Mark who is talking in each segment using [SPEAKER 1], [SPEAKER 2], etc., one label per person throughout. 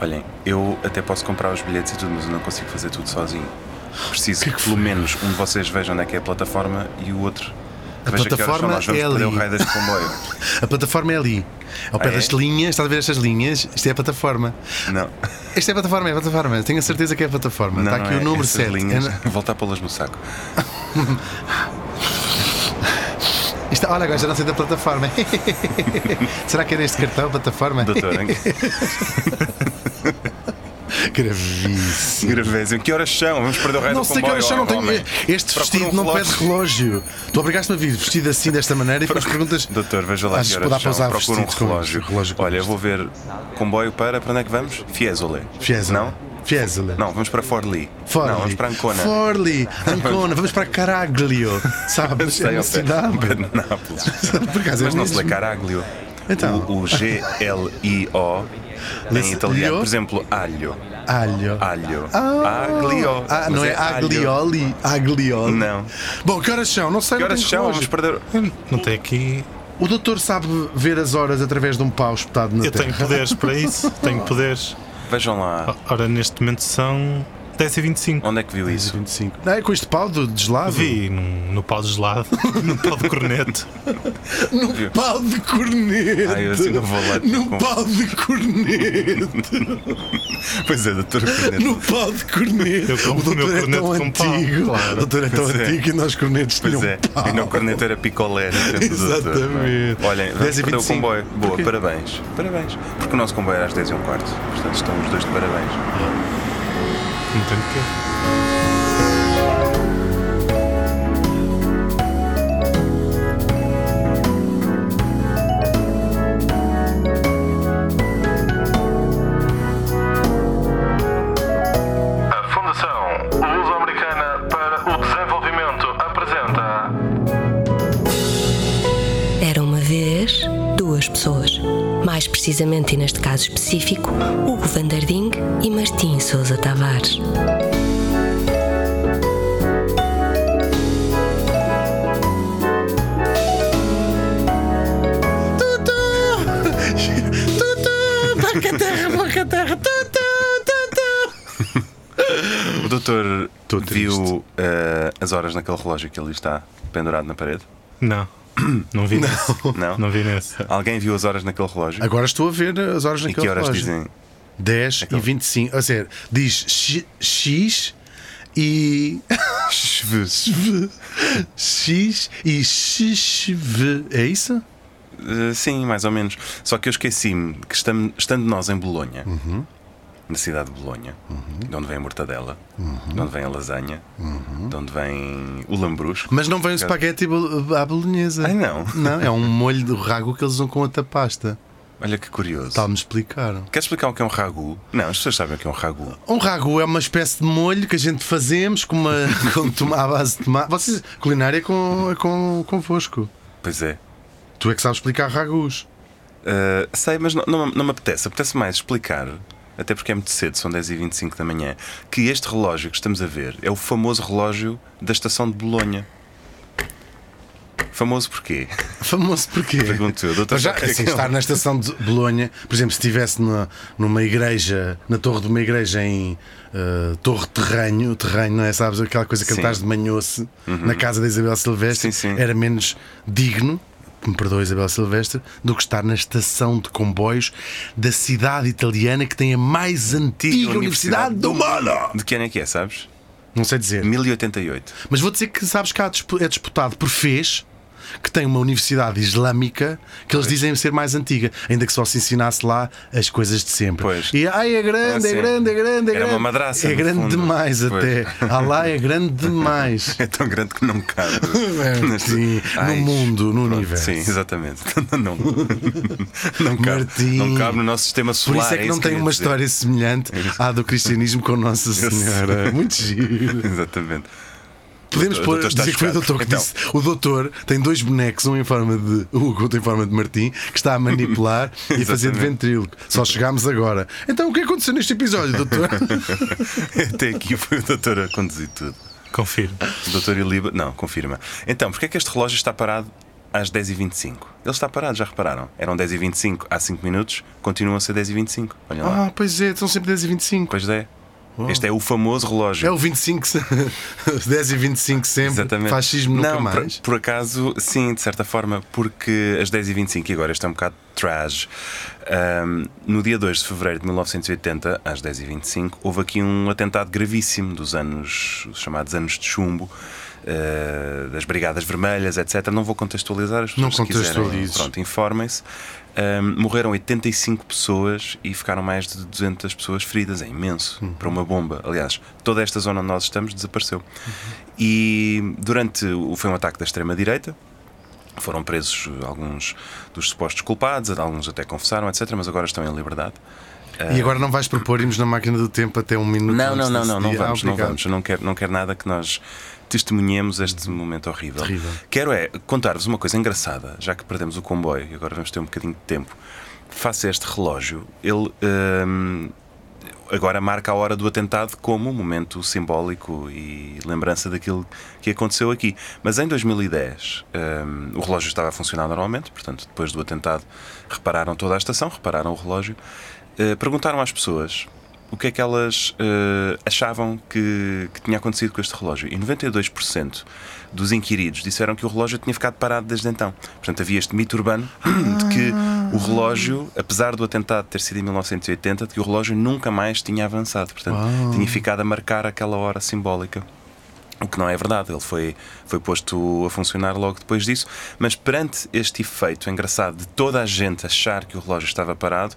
[SPEAKER 1] Olhem, eu até posso comprar os bilhetes e tudo, mas eu não consigo fazer tudo sozinho. Preciso
[SPEAKER 2] é
[SPEAKER 1] que, pelo menos um de vocês veja onde é que é a plataforma e o outro
[SPEAKER 2] A
[SPEAKER 1] veja que horas são.
[SPEAKER 2] plataforma
[SPEAKER 1] Nós vamos
[SPEAKER 2] é
[SPEAKER 1] perder o
[SPEAKER 2] ali.
[SPEAKER 1] raio deste comboio.
[SPEAKER 2] A plataforma é ali. Ao pé
[SPEAKER 1] Ah, é?
[SPEAKER 2] das linhas, estás a ver estas linhas? Isto é a plataforma.
[SPEAKER 1] Não.
[SPEAKER 2] Esta é a plataforma, é a plataforma. Tenho a certeza que é a plataforma.
[SPEAKER 1] Não,
[SPEAKER 2] Está aqui
[SPEAKER 1] não é.
[SPEAKER 2] o número
[SPEAKER 1] Essas
[SPEAKER 2] 7.
[SPEAKER 1] Linhas, Voltar pô-las no saco.
[SPEAKER 2] Isto, olha, agora já não sei da plataforma. Será que é neste cartão, plataforma?
[SPEAKER 1] Doutor, em que-
[SPEAKER 2] Gravíssimo.
[SPEAKER 1] graves, em que horas são? Vamos perder o raio
[SPEAKER 2] Não
[SPEAKER 1] do
[SPEAKER 2] sei que
[SPEAKER 1] comboio. oh,
[SPEAKER 2] horas são, não
[SPEAKER 1] homem.
[SPEAKER 2] tenho. eh, Este
[SPEAKER 1] Procura
[SPEAKER 2] vestido
[SPEAKER 1] um
[SPEAKER 2] não
[SPEAKER 1] relógio.
[SPEAKER 2] pede relógio. Tu obrigaste-me a vir vestido assim, desta maneira, e depois perguntas.
[SPEAKER 1] Doutor, veja lá
[SPEAKER 2] Às
[SPEAKER 1] que
[SPEAKER 2] vezes dá
[SPEAKER 1] horas
[SPEAKER 2] para
[SPEAKER 1] são.
[SPEAKER 2] usar
[SPEAKER 1] Procura um
[SPEAKER 2] vestido com-
[SPEAKER 1] relógio.
[SPEAKER 2] relógio com
[SPEAKER 1] Olha, eu
[SPEAKER 2] isto.
[SPEAKER 1] vou ver comboio para. Para onde é que vamos? Fiesole.
[SPEAKER 2] Fiesole.
[SPEAKER 1] Não?
[SPEAKER 2] Fiesole.
[SPEAKER 1] Não, vamos para Forli.
[SPEAKER 2] Forli.
[SPEAKER 1] Não, vamos para Ancona.
[SPEAKER 2] Forli, Ancona, vamos para Caraglio. Sabes? É
[SPEAKER 1] Sei,
[SPEAKER 2] uma
[SPEAKER 1] ao pé- ao
[SPEAKER 2] cidade.
[SPEAKER 1] pé de Nápoles.
[SPEAKER 2] Por acaso é
[SPEAKER 1] Mas não se lê
[SPEAKER 2] mesmo.
[SPEAKER 1] Caraglio.
[SPEAKER 2] Então.
[SPEAKER 1] O, o G-L-I-O
[SPEAKER 2] Lê-se
[SPEAKER 1] em italiano,
[SPEAKER 2] lio?
[SPEAKER 1] por exemplo, alho.
[SPEAKER 2] Alho.
[SPEAKER 1] Alho.
[SPEAKER 2] Ah,
[SPEAKER 1] Aglio.
[SPEAKER 2] Ah, não
[SPEAKER 1] Mas
[SPEAKER 2] é,
[SPEAKER 1] alho.
[SPEAKER 2] Aglioli? Aglioli.
[SPEAKER 1] Não.
[SPEAKER 2] Bom, que horas são? Não sei.
[SPEAKER 1] Que
[SPEAKER 2] não
[SPEAKER 1] horas
[SPEAKER 2] tenho
[SPEAKER 1] são? Vamos
[SPEAKER 2] relógio.
[SPEAKER 1] perder.
[SPEAKER 3] Não tem aqui.
[SPEAKER 2] O doutor sabe ver as horas através de um pau espetado na
[SPEAKER 3] Eu
[SPEAKER 2] terra.
[SPEAKER 3] tenho poderes para isso. Tenho poderes.
[SPEAKER 1] Vejam
[SPEAKER 2] Ah.
[SPEAKER 1] lá.
[SPEAKER 3] Ora, neste momento são 10 e 25
[SPEAKER 1] Onde é que viu isso?
[SPEAKER 2] 25. Não, é com este pau do deslado?
[SPEAKER 3] Vi no, no pau de gelado, no pau de corneto.
[SPEAKER 1] Viu?
[SPEAKER 2] Pau de corneta.
[SPEAKER 1] Ah, eu assim não vou lá.
[SPEAKER 2] No
[SPEAKER 1] Com-
[SPEAKER 2] pau de corneta.
[SPEAKER 1] Pois é, doutor. Corneto.
[SPEAKER 2] no pau de corneta.
[SPEAKER 3] Eu como
[SPEAKER 2] o doutor
[SPEAKER 3] meu
[SPEAKER 2] é
[SPEAKER 3] corneto
[SPEAKER 2] tão
[SPEAKER 3] com pau,
[SPEAKER 2] antigo.
[SPEAKER 3] claro.
[SPEAKER 2] O doutor é tão
[SPEAKER 1] Pois é.
[SPEAKER 2] antigo que nós cornetos
[SPEAKER 1] Pois
[SPEAKER 2] tinham um
[SPEAKER 1] é,
[SPEAKER 2] pau.
[SPEAKER 1] e não corneto era picolé. no tempo do doutor, não é?
[SPEAKER 2] Exatamente.
[SPEAKER 1] Olhem,
[SPEAKER 2] 10
[SPEAKER 1] vamos perder
[SPEAKER 2] e
[SPEAKER 1] o
[SPEAKER 2] 25.
[SPEAKER 1] comboio. Boa,
[SPEAKER 2] Porquê?
[SPEAKER 1] parabéns. Parabéns. Porque o nosso comboio era às 10 e um quarto. Portanto, estão os dois de parabéns.
[SPEAKER 3] Não tem de quê.
[SPEAKER 4] A Fundação Luso-Americana para o Desenvolvimento apresenta
[SPEAKER 5] Era uma vez duas pessoas. Mais precisamente, e neste caso específico, Hugo Vandarding e Martim Souza Tavares.
[SPEAKER 2] Tutu, Boca terra, boca terra. Tutu, tutu.
[SPEAKER 1] O doutor
[SPEAKER 2] Tô
[SPEAKER 1] viu eh, as horas naquele relógio que ali está pendurado na parede?
[SPEAKER 3] Não. Não vi nesse.
[SPEAKER 1] Não?
[SPEAKER 3] Não vi nesse.
[SPEAKER 1] Alguém viu as horas naquele relógio?
[SPEAKER 2] Agora estou a ver as horas
[SPEAKER 1] e
[SPEAKER 2] naquele
[SPEAKER 1] que horas
[SPEAKER 2] relógio.
[SPEAKER 1] dizem?
[SPEAKER 2] 10 e 25. Ou seja, diz X, X e. X e XV. É isso?
[SPEAKER 1] Eh, sim, mais ou menos. Só que eu esqueci-me que estamos, estando nós em Bolonha,
[SPEAKER 2] Uhum.
[SPEAKER 1] na cidade de Bolonha, de onde vem a mortadela,
[SPEAKER 2] Uhum.
[SPEAKER 1] de onde vem a lasanha, de onde vem o lambrusco.
[SPEAKER 2] Mas não vem o espaguete bol- à bolonhesa.
[SPEAKER 1] Ai, não.
[SPEAKER 2] Não, é um molho de rago que eles usam com outra pasta.
[SPEAKER 1] Olha que curioso.
[SPEAKER 2] Tal me explicaram.
[SPEAKER 1] Queres explicar o que é um ragu? Não, as pessoas sabem o que é um ragu.
[SPEAKER 2] Um rago é uma espécie de molho que a gente fazemos com uma com toma, à base de tomate. Vocês, culinária é com, é com, convosco.
[SPEAKER 1] Pois é.
[SPEAKER 2] Tu é que sabes explicar ragos.
[SPEAKER 1] Eh, sei, mas não, não, não me apetece. Apetece mais explicar, até porque é muito cedo, são 10h25 da manhã, que este relógio que estamos a ver é o famoso relógio da estação de Bolonha. Famoso porquê?
[SPEAKER 2] Famoso porquê?
[SPEAKER 1] Pergunto eu, doutor,
[SPEAKER 2] Mas já,
[SPEAKER 1] porquê que
[SPEAKER 2] assim,
[SPEAKER 1] não?
[SPEAKER 2] estar na estação de Bolonha, por exemplo, se estivesse na- numa igreja, na torre de uma igreja em eh, Torre Terrenho, terrenho, não é? Sabes aquela coisa que
[SPEAKER 1] Sim. Uhum.
[SPEAKER 2] estás de manhoce na casa da Isabel Silvestre,
[SPEAKER 1] Sim, sim.
[SPEAKER 2] era menos digno. Que me perdoe, Isabel Silvestre, do que estar na estação de comboios da cidade italiana que tem a mais antiga universidade, do mundo.
[SPEAKER 1] De que ano é que é, sabes?
[SPEAKER 2] Não sei dizer.
[SPEAKER 1] 1088.
[SPEAKER 2] Mas vou dizer que sabes que há dispu- é disputado por Fez, que tem uma universidade islâmica que eles dizem ser mais antiga, ainda que só se ensinasse lá as coisas de sempre.
[SPEAKER 1] Pois.
[SPEAKER 2] E ai, é grande,
[SPEAKER 1] Ah,
[SPEAKER 2] é
[SPEAKER 1] sim.
[SPEAKER 2] grande, é grande, é
[SPEAKER 1] Era
[SPEAKER 2] grande.
[SPEAKER 1] uma madraça,
[SPEAKER 2] É
[SPEAKER 1] no
[SPEAKER 2] grande
[SPEAKER 1] fundo.
[SPEAKER 2] demais
[SPEAKER 1] Pois.
[SPEAKER 2] até. Alá é grande demais.
[SPEAKER 1] É tão grande que não cabe. Neste-
[SPEAKER 2] Sim, no mundo, no
[SPEAKER 1] pronto,
[SPEAKER 2] universo.
[SPEAKER 1] Sim, exatamente. Não, não cabe.
[SPEAKER 2] Martim.
[SPEAKER 1] Não cabe no nosso sistema
[SPEAKER 2] Por
[SPEAKER 1] solar.
[SPEAKER 2] isso é que não
[SPEAKER 1] eu
[SPEAKER 2] tem
[SPEAKER 1] ia
[SPEAKER 2] uma
[SPEAKER 1] dizer. É
[SPEAKER 2] história semelhante à do cristianismo com Nossa
[SPEAKER 1] sei.
[SPEAKER 2] Senhora. Muito giro.
[SPEAKER 1] Exatamente.
[SPEAKER 2] Podemos
[SPEAKER 1] O
[SPEAKER 2] pôr,
[SPEAKER 1] doutor está
[SPEAKER 2] dizer que foi o
[SPEAKER 1] chocado.
[SPEAKER 2] doutor que
[SPEAKER 1] Então.
[SPEAKER 2] disse. O doutor tem dois bonecos, um em forma de Hugo, outro em forma de Martim, que está a manipular e a fazer de
[SPEAKER 1] Exatamente.
[SPEAKER 2] ventríloco. Só chegámos agora. Então o que aconteceu neste episódio, doutor?
[SPEAKER 1] Até aqui foi o doutor a conduzir tudo.
[SPEAKER 3] Confirmo.
[SPEAKER 1] O doutor Iliba. Não, confirma. Então, porquê é que este relógio está parado às 10h25. Ele está parado, já repararam? Eram 10h25 há 5 minutos, continuam a ser 10h25. Olhem lá.
[SPEAKER 2] Ah, pois é, são sempre 10 e 25.
[SPEAKER 1] Pois é. Este é o famoso relógio.
[SPEAKER 2] É o 25, se- 10 e 25 sempre. Fascismo nunca
[SPEAKER 1] não, por-
[SPEAKER 2] mais.
[SPEAKER 1] Por, acaso, sim, de certa forma, porque às 10h25, e agora este é um bocado trash, ahm, no dia 2 de fevereiro de 1980, às 10h25, houve aqui um atentado gravíssimo dos anos, os chamados anos de chumbo, ah, das Brigadas Vermelhas, etc. Não vou contextualizar, as
[SPEAKER 2] Não
[SPEAKER 1] pessoas se quiserem,
[SPEAKER 2] contextualizes.
[SPEAKER 1] Pronto, informem-se. Ahm, morreram 85 pessoas e ficaram mais de 200 pessoas feridas. É imenso para uma bomba. Aliás, toda esta zona onde nós estamos desapareceu. E durante. o- Foi um ataque da extrema-direita. Foram presos alguns dos supostos culpados, alguns até confessaram, etc. Mas agora estão em liberdade.
[SPEAKER 2] E agora não vais propor irmos na máquina do tempo até um minuto
[SPEAKER 1] é. Não,
[SPEAKER 2] antes
[SPEAKER 1] não, não,
[SPEAKER 2] desse
[SPEAKER 1] não, não
[SPEAKER 2] dia? Ah,
[SPEAKER 1] vamos, não
[SPEAKER 2] obrigado.
[SPEAKER 1] vamos. Eu não quero, não quero nada que nós testemunhemos este momento horrível.
[SPEAKER 2] Terrível.
[SPEAKER 1] Quero é contar-vos uma coisa engraçada, já que perdemos o comboio e agora vamos ter um bocadinho de tempo. Face a este relógio, ele hum, agora marca a hora do atentado como um momento simbólico e lembrança daquilo que aconteceu aqui. Mas em 2010 hum, o relógio estava a funcionar normalmente, portanto, depois do atentado repararam toda a estação, repararam o relógio, eh, perguntaram às pessoas o que é que elas eh, achavam que, que tinha acontecido com este relógio. E 92% dos inquiridos disseram que o relógio tinha ficado parado desde então. Portanto, havia este mito urbano de que o relógio, apesar do atentado ter sido em 1980, de que o relógio nunca mais tinha avançado. Portanto, tinha ficado a marcar aquela hora simbólica. O que não é verdade, ele foi, foi posto a funcionar logo depois disso. Mas perante este efeito engraçado de toda a gente achar que o relógio estava parado,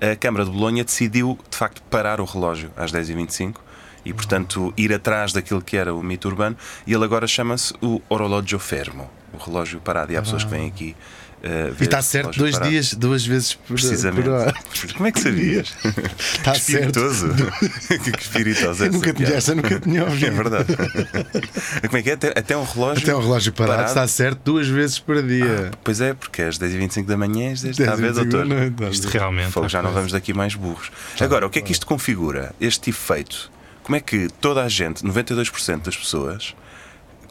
[SPEAKER 1] a Câmara de Bolonha decidiu, de facto, parar o relógio às 10h25 e, portanto, ir atrás daquilo que era o mito urbano. E ele agora chama-se o Orologio Fermo, o relógio parado. E há pessoas que vêm aqui. eh, ver
[SPEAKER 2] E está
[SPEAKER 1] este
[SPEAKER 2] certo
[SPEAKER 1] relógio
[SPEAKER 2] dois
[SPEAKER 1] parado.
[SPEAKER 2] dias, duas vezes por,
[SPEAKER 1] Precisamente.
[SPEAKER 2] por hora.
[SPEAKER 1] Como é que sabias?
[SPEAKER 2] Está
[SPEAKER 1] Que
[SPEAKER 2] certo.
[SPEAKER 1] espiritoso. que é espiritoso.
[SPEAKER 2] Eu nunca tinha,
[SPEAKER 1] piada.
[SPEAKER 2] essa nunca tinha
[SPEAKER 1] É
[SPEAKER 2] ouvido.
[SPEAKER 1] verdade. Como é que é? Até, até um relógio.
[SPEAKER 2] Até o relógio parado, está certo duas vezes por dia.
[SPEAKER 1] Pois é, porque às 10h25 da manhã, às 10
[SPEAKER 2] Dez
[SPEAKER 1] está a ver,
[SPEAKER 2] vezes
[SPEAKER 1] doutor.
[SPEAKER 2] igual, não é? Dá
[SPEAKER 3] Isto
[SPEAKER 2] vezes.
[SPEAKER 3] realmente.
[SPEAKER 1] Fogo,
[SPEAKER 3] há
[SPEAKER 1] já não
[SPEAKER 3] coisa.
[SPEAKER 1] vamos daqui mais burros. Agora, o que é que isto configura? Este efeito. Como é que toda a gente, 92% das pessoas,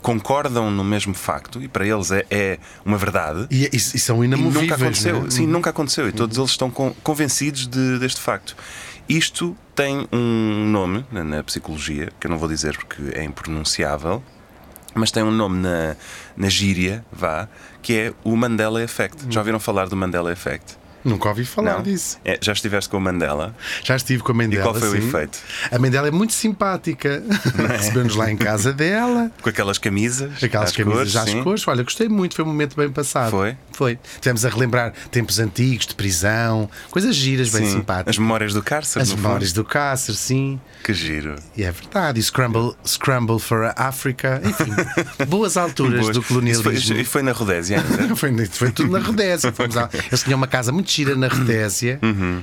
[SPEAKER 1] concordam no mesmo facto e para eles é, é uma verdade.
[SPEAKER 2] E, é, e- e são
[SPEAKER 1] E
[SPEAKER 2] um inamovíveis.
[SPEAKER 1] nunca aconteceu.
[SPEAKER 2] não é?
[SPEAKER 1] Sim, nunca aconteceu. E todos eles estão con- convencidos de- deste facto. Isto tem um nome na, na psicologia, que eu não vou dizer porque é impronunciável, mas tem um nome na, na gíria, vá, que é o Mandela Effect.
[SPEAKER 2] Hum.
[SPEAKER 1] Já ouviram falar do Mandela Effect?
[SPEAKER 2] Nunca ouvi falar disso.
[SPEAKER 1] É, já estiveste com o Mandela?
[SPEAKER 2] Já estive com a mãe
[SPEAKER 1] E
[SPEAKER 2] dela.
[SPEAKER 1] qual foi o
[SPEAKER 2] sim.
[SPEAKER 1] efeito?
[SPEAKER 2] A mãe dela é muito simpática. Recebeu-nos lá em casa dela.
[SPEAKER 1] Com aquelas camisas?
[SPEAKER 2] Aquelas
[SPEAKER 1] às
[SPEAKER 2] camisas às
[SPEAKER 1] sim.
[SPEAKER 2] cores. Olha, gostei muito, foi um momento bem passado.
[SPEAKER 1] Foi?
[SPEAKER 2] Foi. Tivemos a relembrar tempos antigos, de prisão, coisas giras, bem
[SPEAKER 1] Sim. As
[SPEAKER 2] simpáticas.
[SPEAKER 1] memórias do cárcere,
[SPEAKER 2] As
[SPEAKER 1] no
[SPEAKER 2] memórias do Cácer, sim.
[SPEAKER 1] fundo. Que giro.
[SPEAKER 2] E é verdade. E Scramble, Scramble for Africa. Enfim, boas alturas
[SPEAKER 1] Boas.
[SPEAKER 2] do colonialismo.
[SPEAKER 1] Isso foi, e foi na Rodésia ainda.
[SPEAKER 2] Foi, foi tudo na Rodésia. Fomos lá. Eles tinham uma casa muito gira na Rodésia.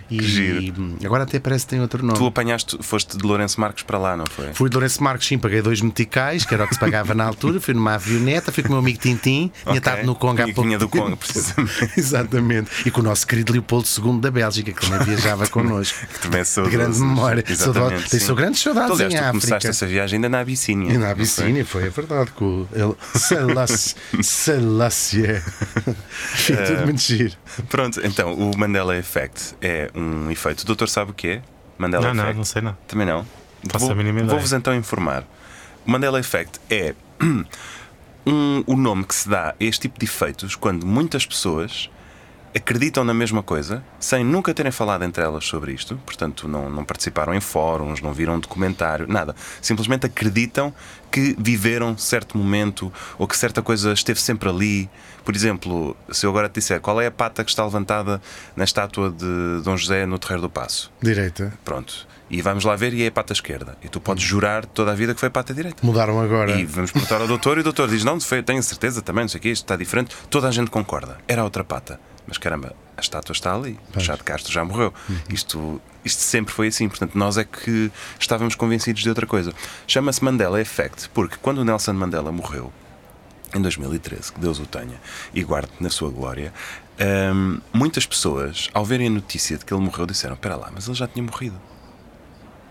[SPEAKER 2] e
[SPEAKER 1] Uhum. giro.
[SPEAKER 2] agora até parece que tem outro nome.
[SPEAKER 1] Tu apanhaste, foste de Lourenço Marques para lá, não foi?
[SPEAKER 2] Fui de Lourenço Marques, sim, paguei dois meticais, que era o que se pagava na altura. Fui numa avioneta, fui com o meu amigo Tintim, tinha
[SPEAKER 1] Ok.
[SPEAKER 2] estado no Congo há
[SPEAKER 1] Tinha-
[SPEAKER 2] pouco
[SPEAKER 1] tinha do
[SPEAKER 2] tempo.
[SPEAKER 1] Congo, precisamente.
[SPEAKER 2] Exatamente. E com o nosso querido Leopoldo II da Bélgica, que também viajava connosco.
[SPEAKER 1] Também é saudoso.
[SPEAKER 2] Grande memória.
[SPEAKER 1] Exatamente,
[SPEAKER 2] Saudade- Tenho
[SPEAKER 1] sim.
[SPEAKER 2] sou grandes saudades
[SPEAKER 1] Aliás,
[SPEAKER 2] em
[SPEAKER 1] tu começaste
[SPEAKER 2] África.
[SPEAKER 1] essa viagem ainda na Abissínia.
[SPEAKER 2] E na
[SPEAKER 1] não foi?
[SPEAKER 2] Abissínia, foi, é verdade. Com ele. Selassie. Enfim, tudo muito giro.
[SPEAKER 1] Pronto, então, o Mandela Effect é um efeito. O doutor sabe o que é? Mandela
[SPEAKER 3] Não, não,
[SPEAKER 1] Effect?
[SPEAKER 3] não sei não.
[SPEAKER 1] Também não.
[SPEAKER 3] Faço a mínima ideia.
[SPEAKER 1] Vou-vos então informar. O Mandela Effect é um- o nome que se dá a este tipo de efeitos quando muitas pessoas acreditam na mesma coisa sem nunca terem falado entre elas sobre isto. Portanto, não, não participaram em fóruns, não viram um documentário, nada. Simplesmente acreditam que viveram um certo momento ou que certa coisa esteve sempre ali. Por exemplo, se eu agora te disser qual é a pata que está levantada na estátua de Dom José no Terreiro do Passo.
[SPEAKER 2] Direita.
[SPEAKER 1] Pronto. E vamos lá ver, e é a pata esquerda. E tu podes jurar toda a vida que foi a pata direita.
[SPEAKER 2] Mudaram agora.
[SPEAKER 1] E vamos perguntar ao doutor, e o doutor diz: Não, foi, tenho certeza também, não sei o que, isto está diferente. Toda a gente concorda. Era a outra pata. Mas caramba, a estátua está ali. Já de Castro já morreu. Isto, isto sempre foi assim. Portanto, nós é que estávamos convencidos de outra coisa. Chama-se Mandela Effect, porque quando o Nelson Mandela morreu, em 2013, que Deus o tenha e guarde na sua glória, hum, muitas pessoas, ao verem a notícia de que ele morreu, disseram: Espera lá, mas ele já tinha morrido.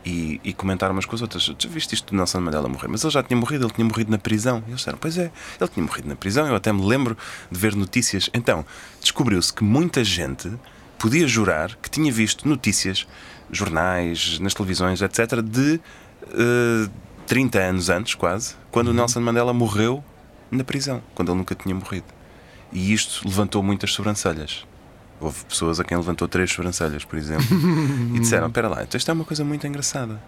[SPEAKER 1] e, e comentar umas com as outras. Tu viste isto do Nelson Mandela morrer? Mas ele já tinha morrido, ele tinha morrido na prisão. E eles disseram, pois é, ele tinha morrido na prisão. Eu até me lembro de ver notícias. Então, descobriu-se que muita gente podia jurar que tinha visto notícias, jornais, nas televisões, etc., de eh, 30 anos antes, quase, quando o Nelson Mandela morreu na prisão, quando ele nunca tinha morrido. E isto levantou muitas sobrancelhas. Houve pessoas a quem levantou três sobrancelhas, por exemplo, e disseram: Espera lá, então isto é uma coisa muito engraçada.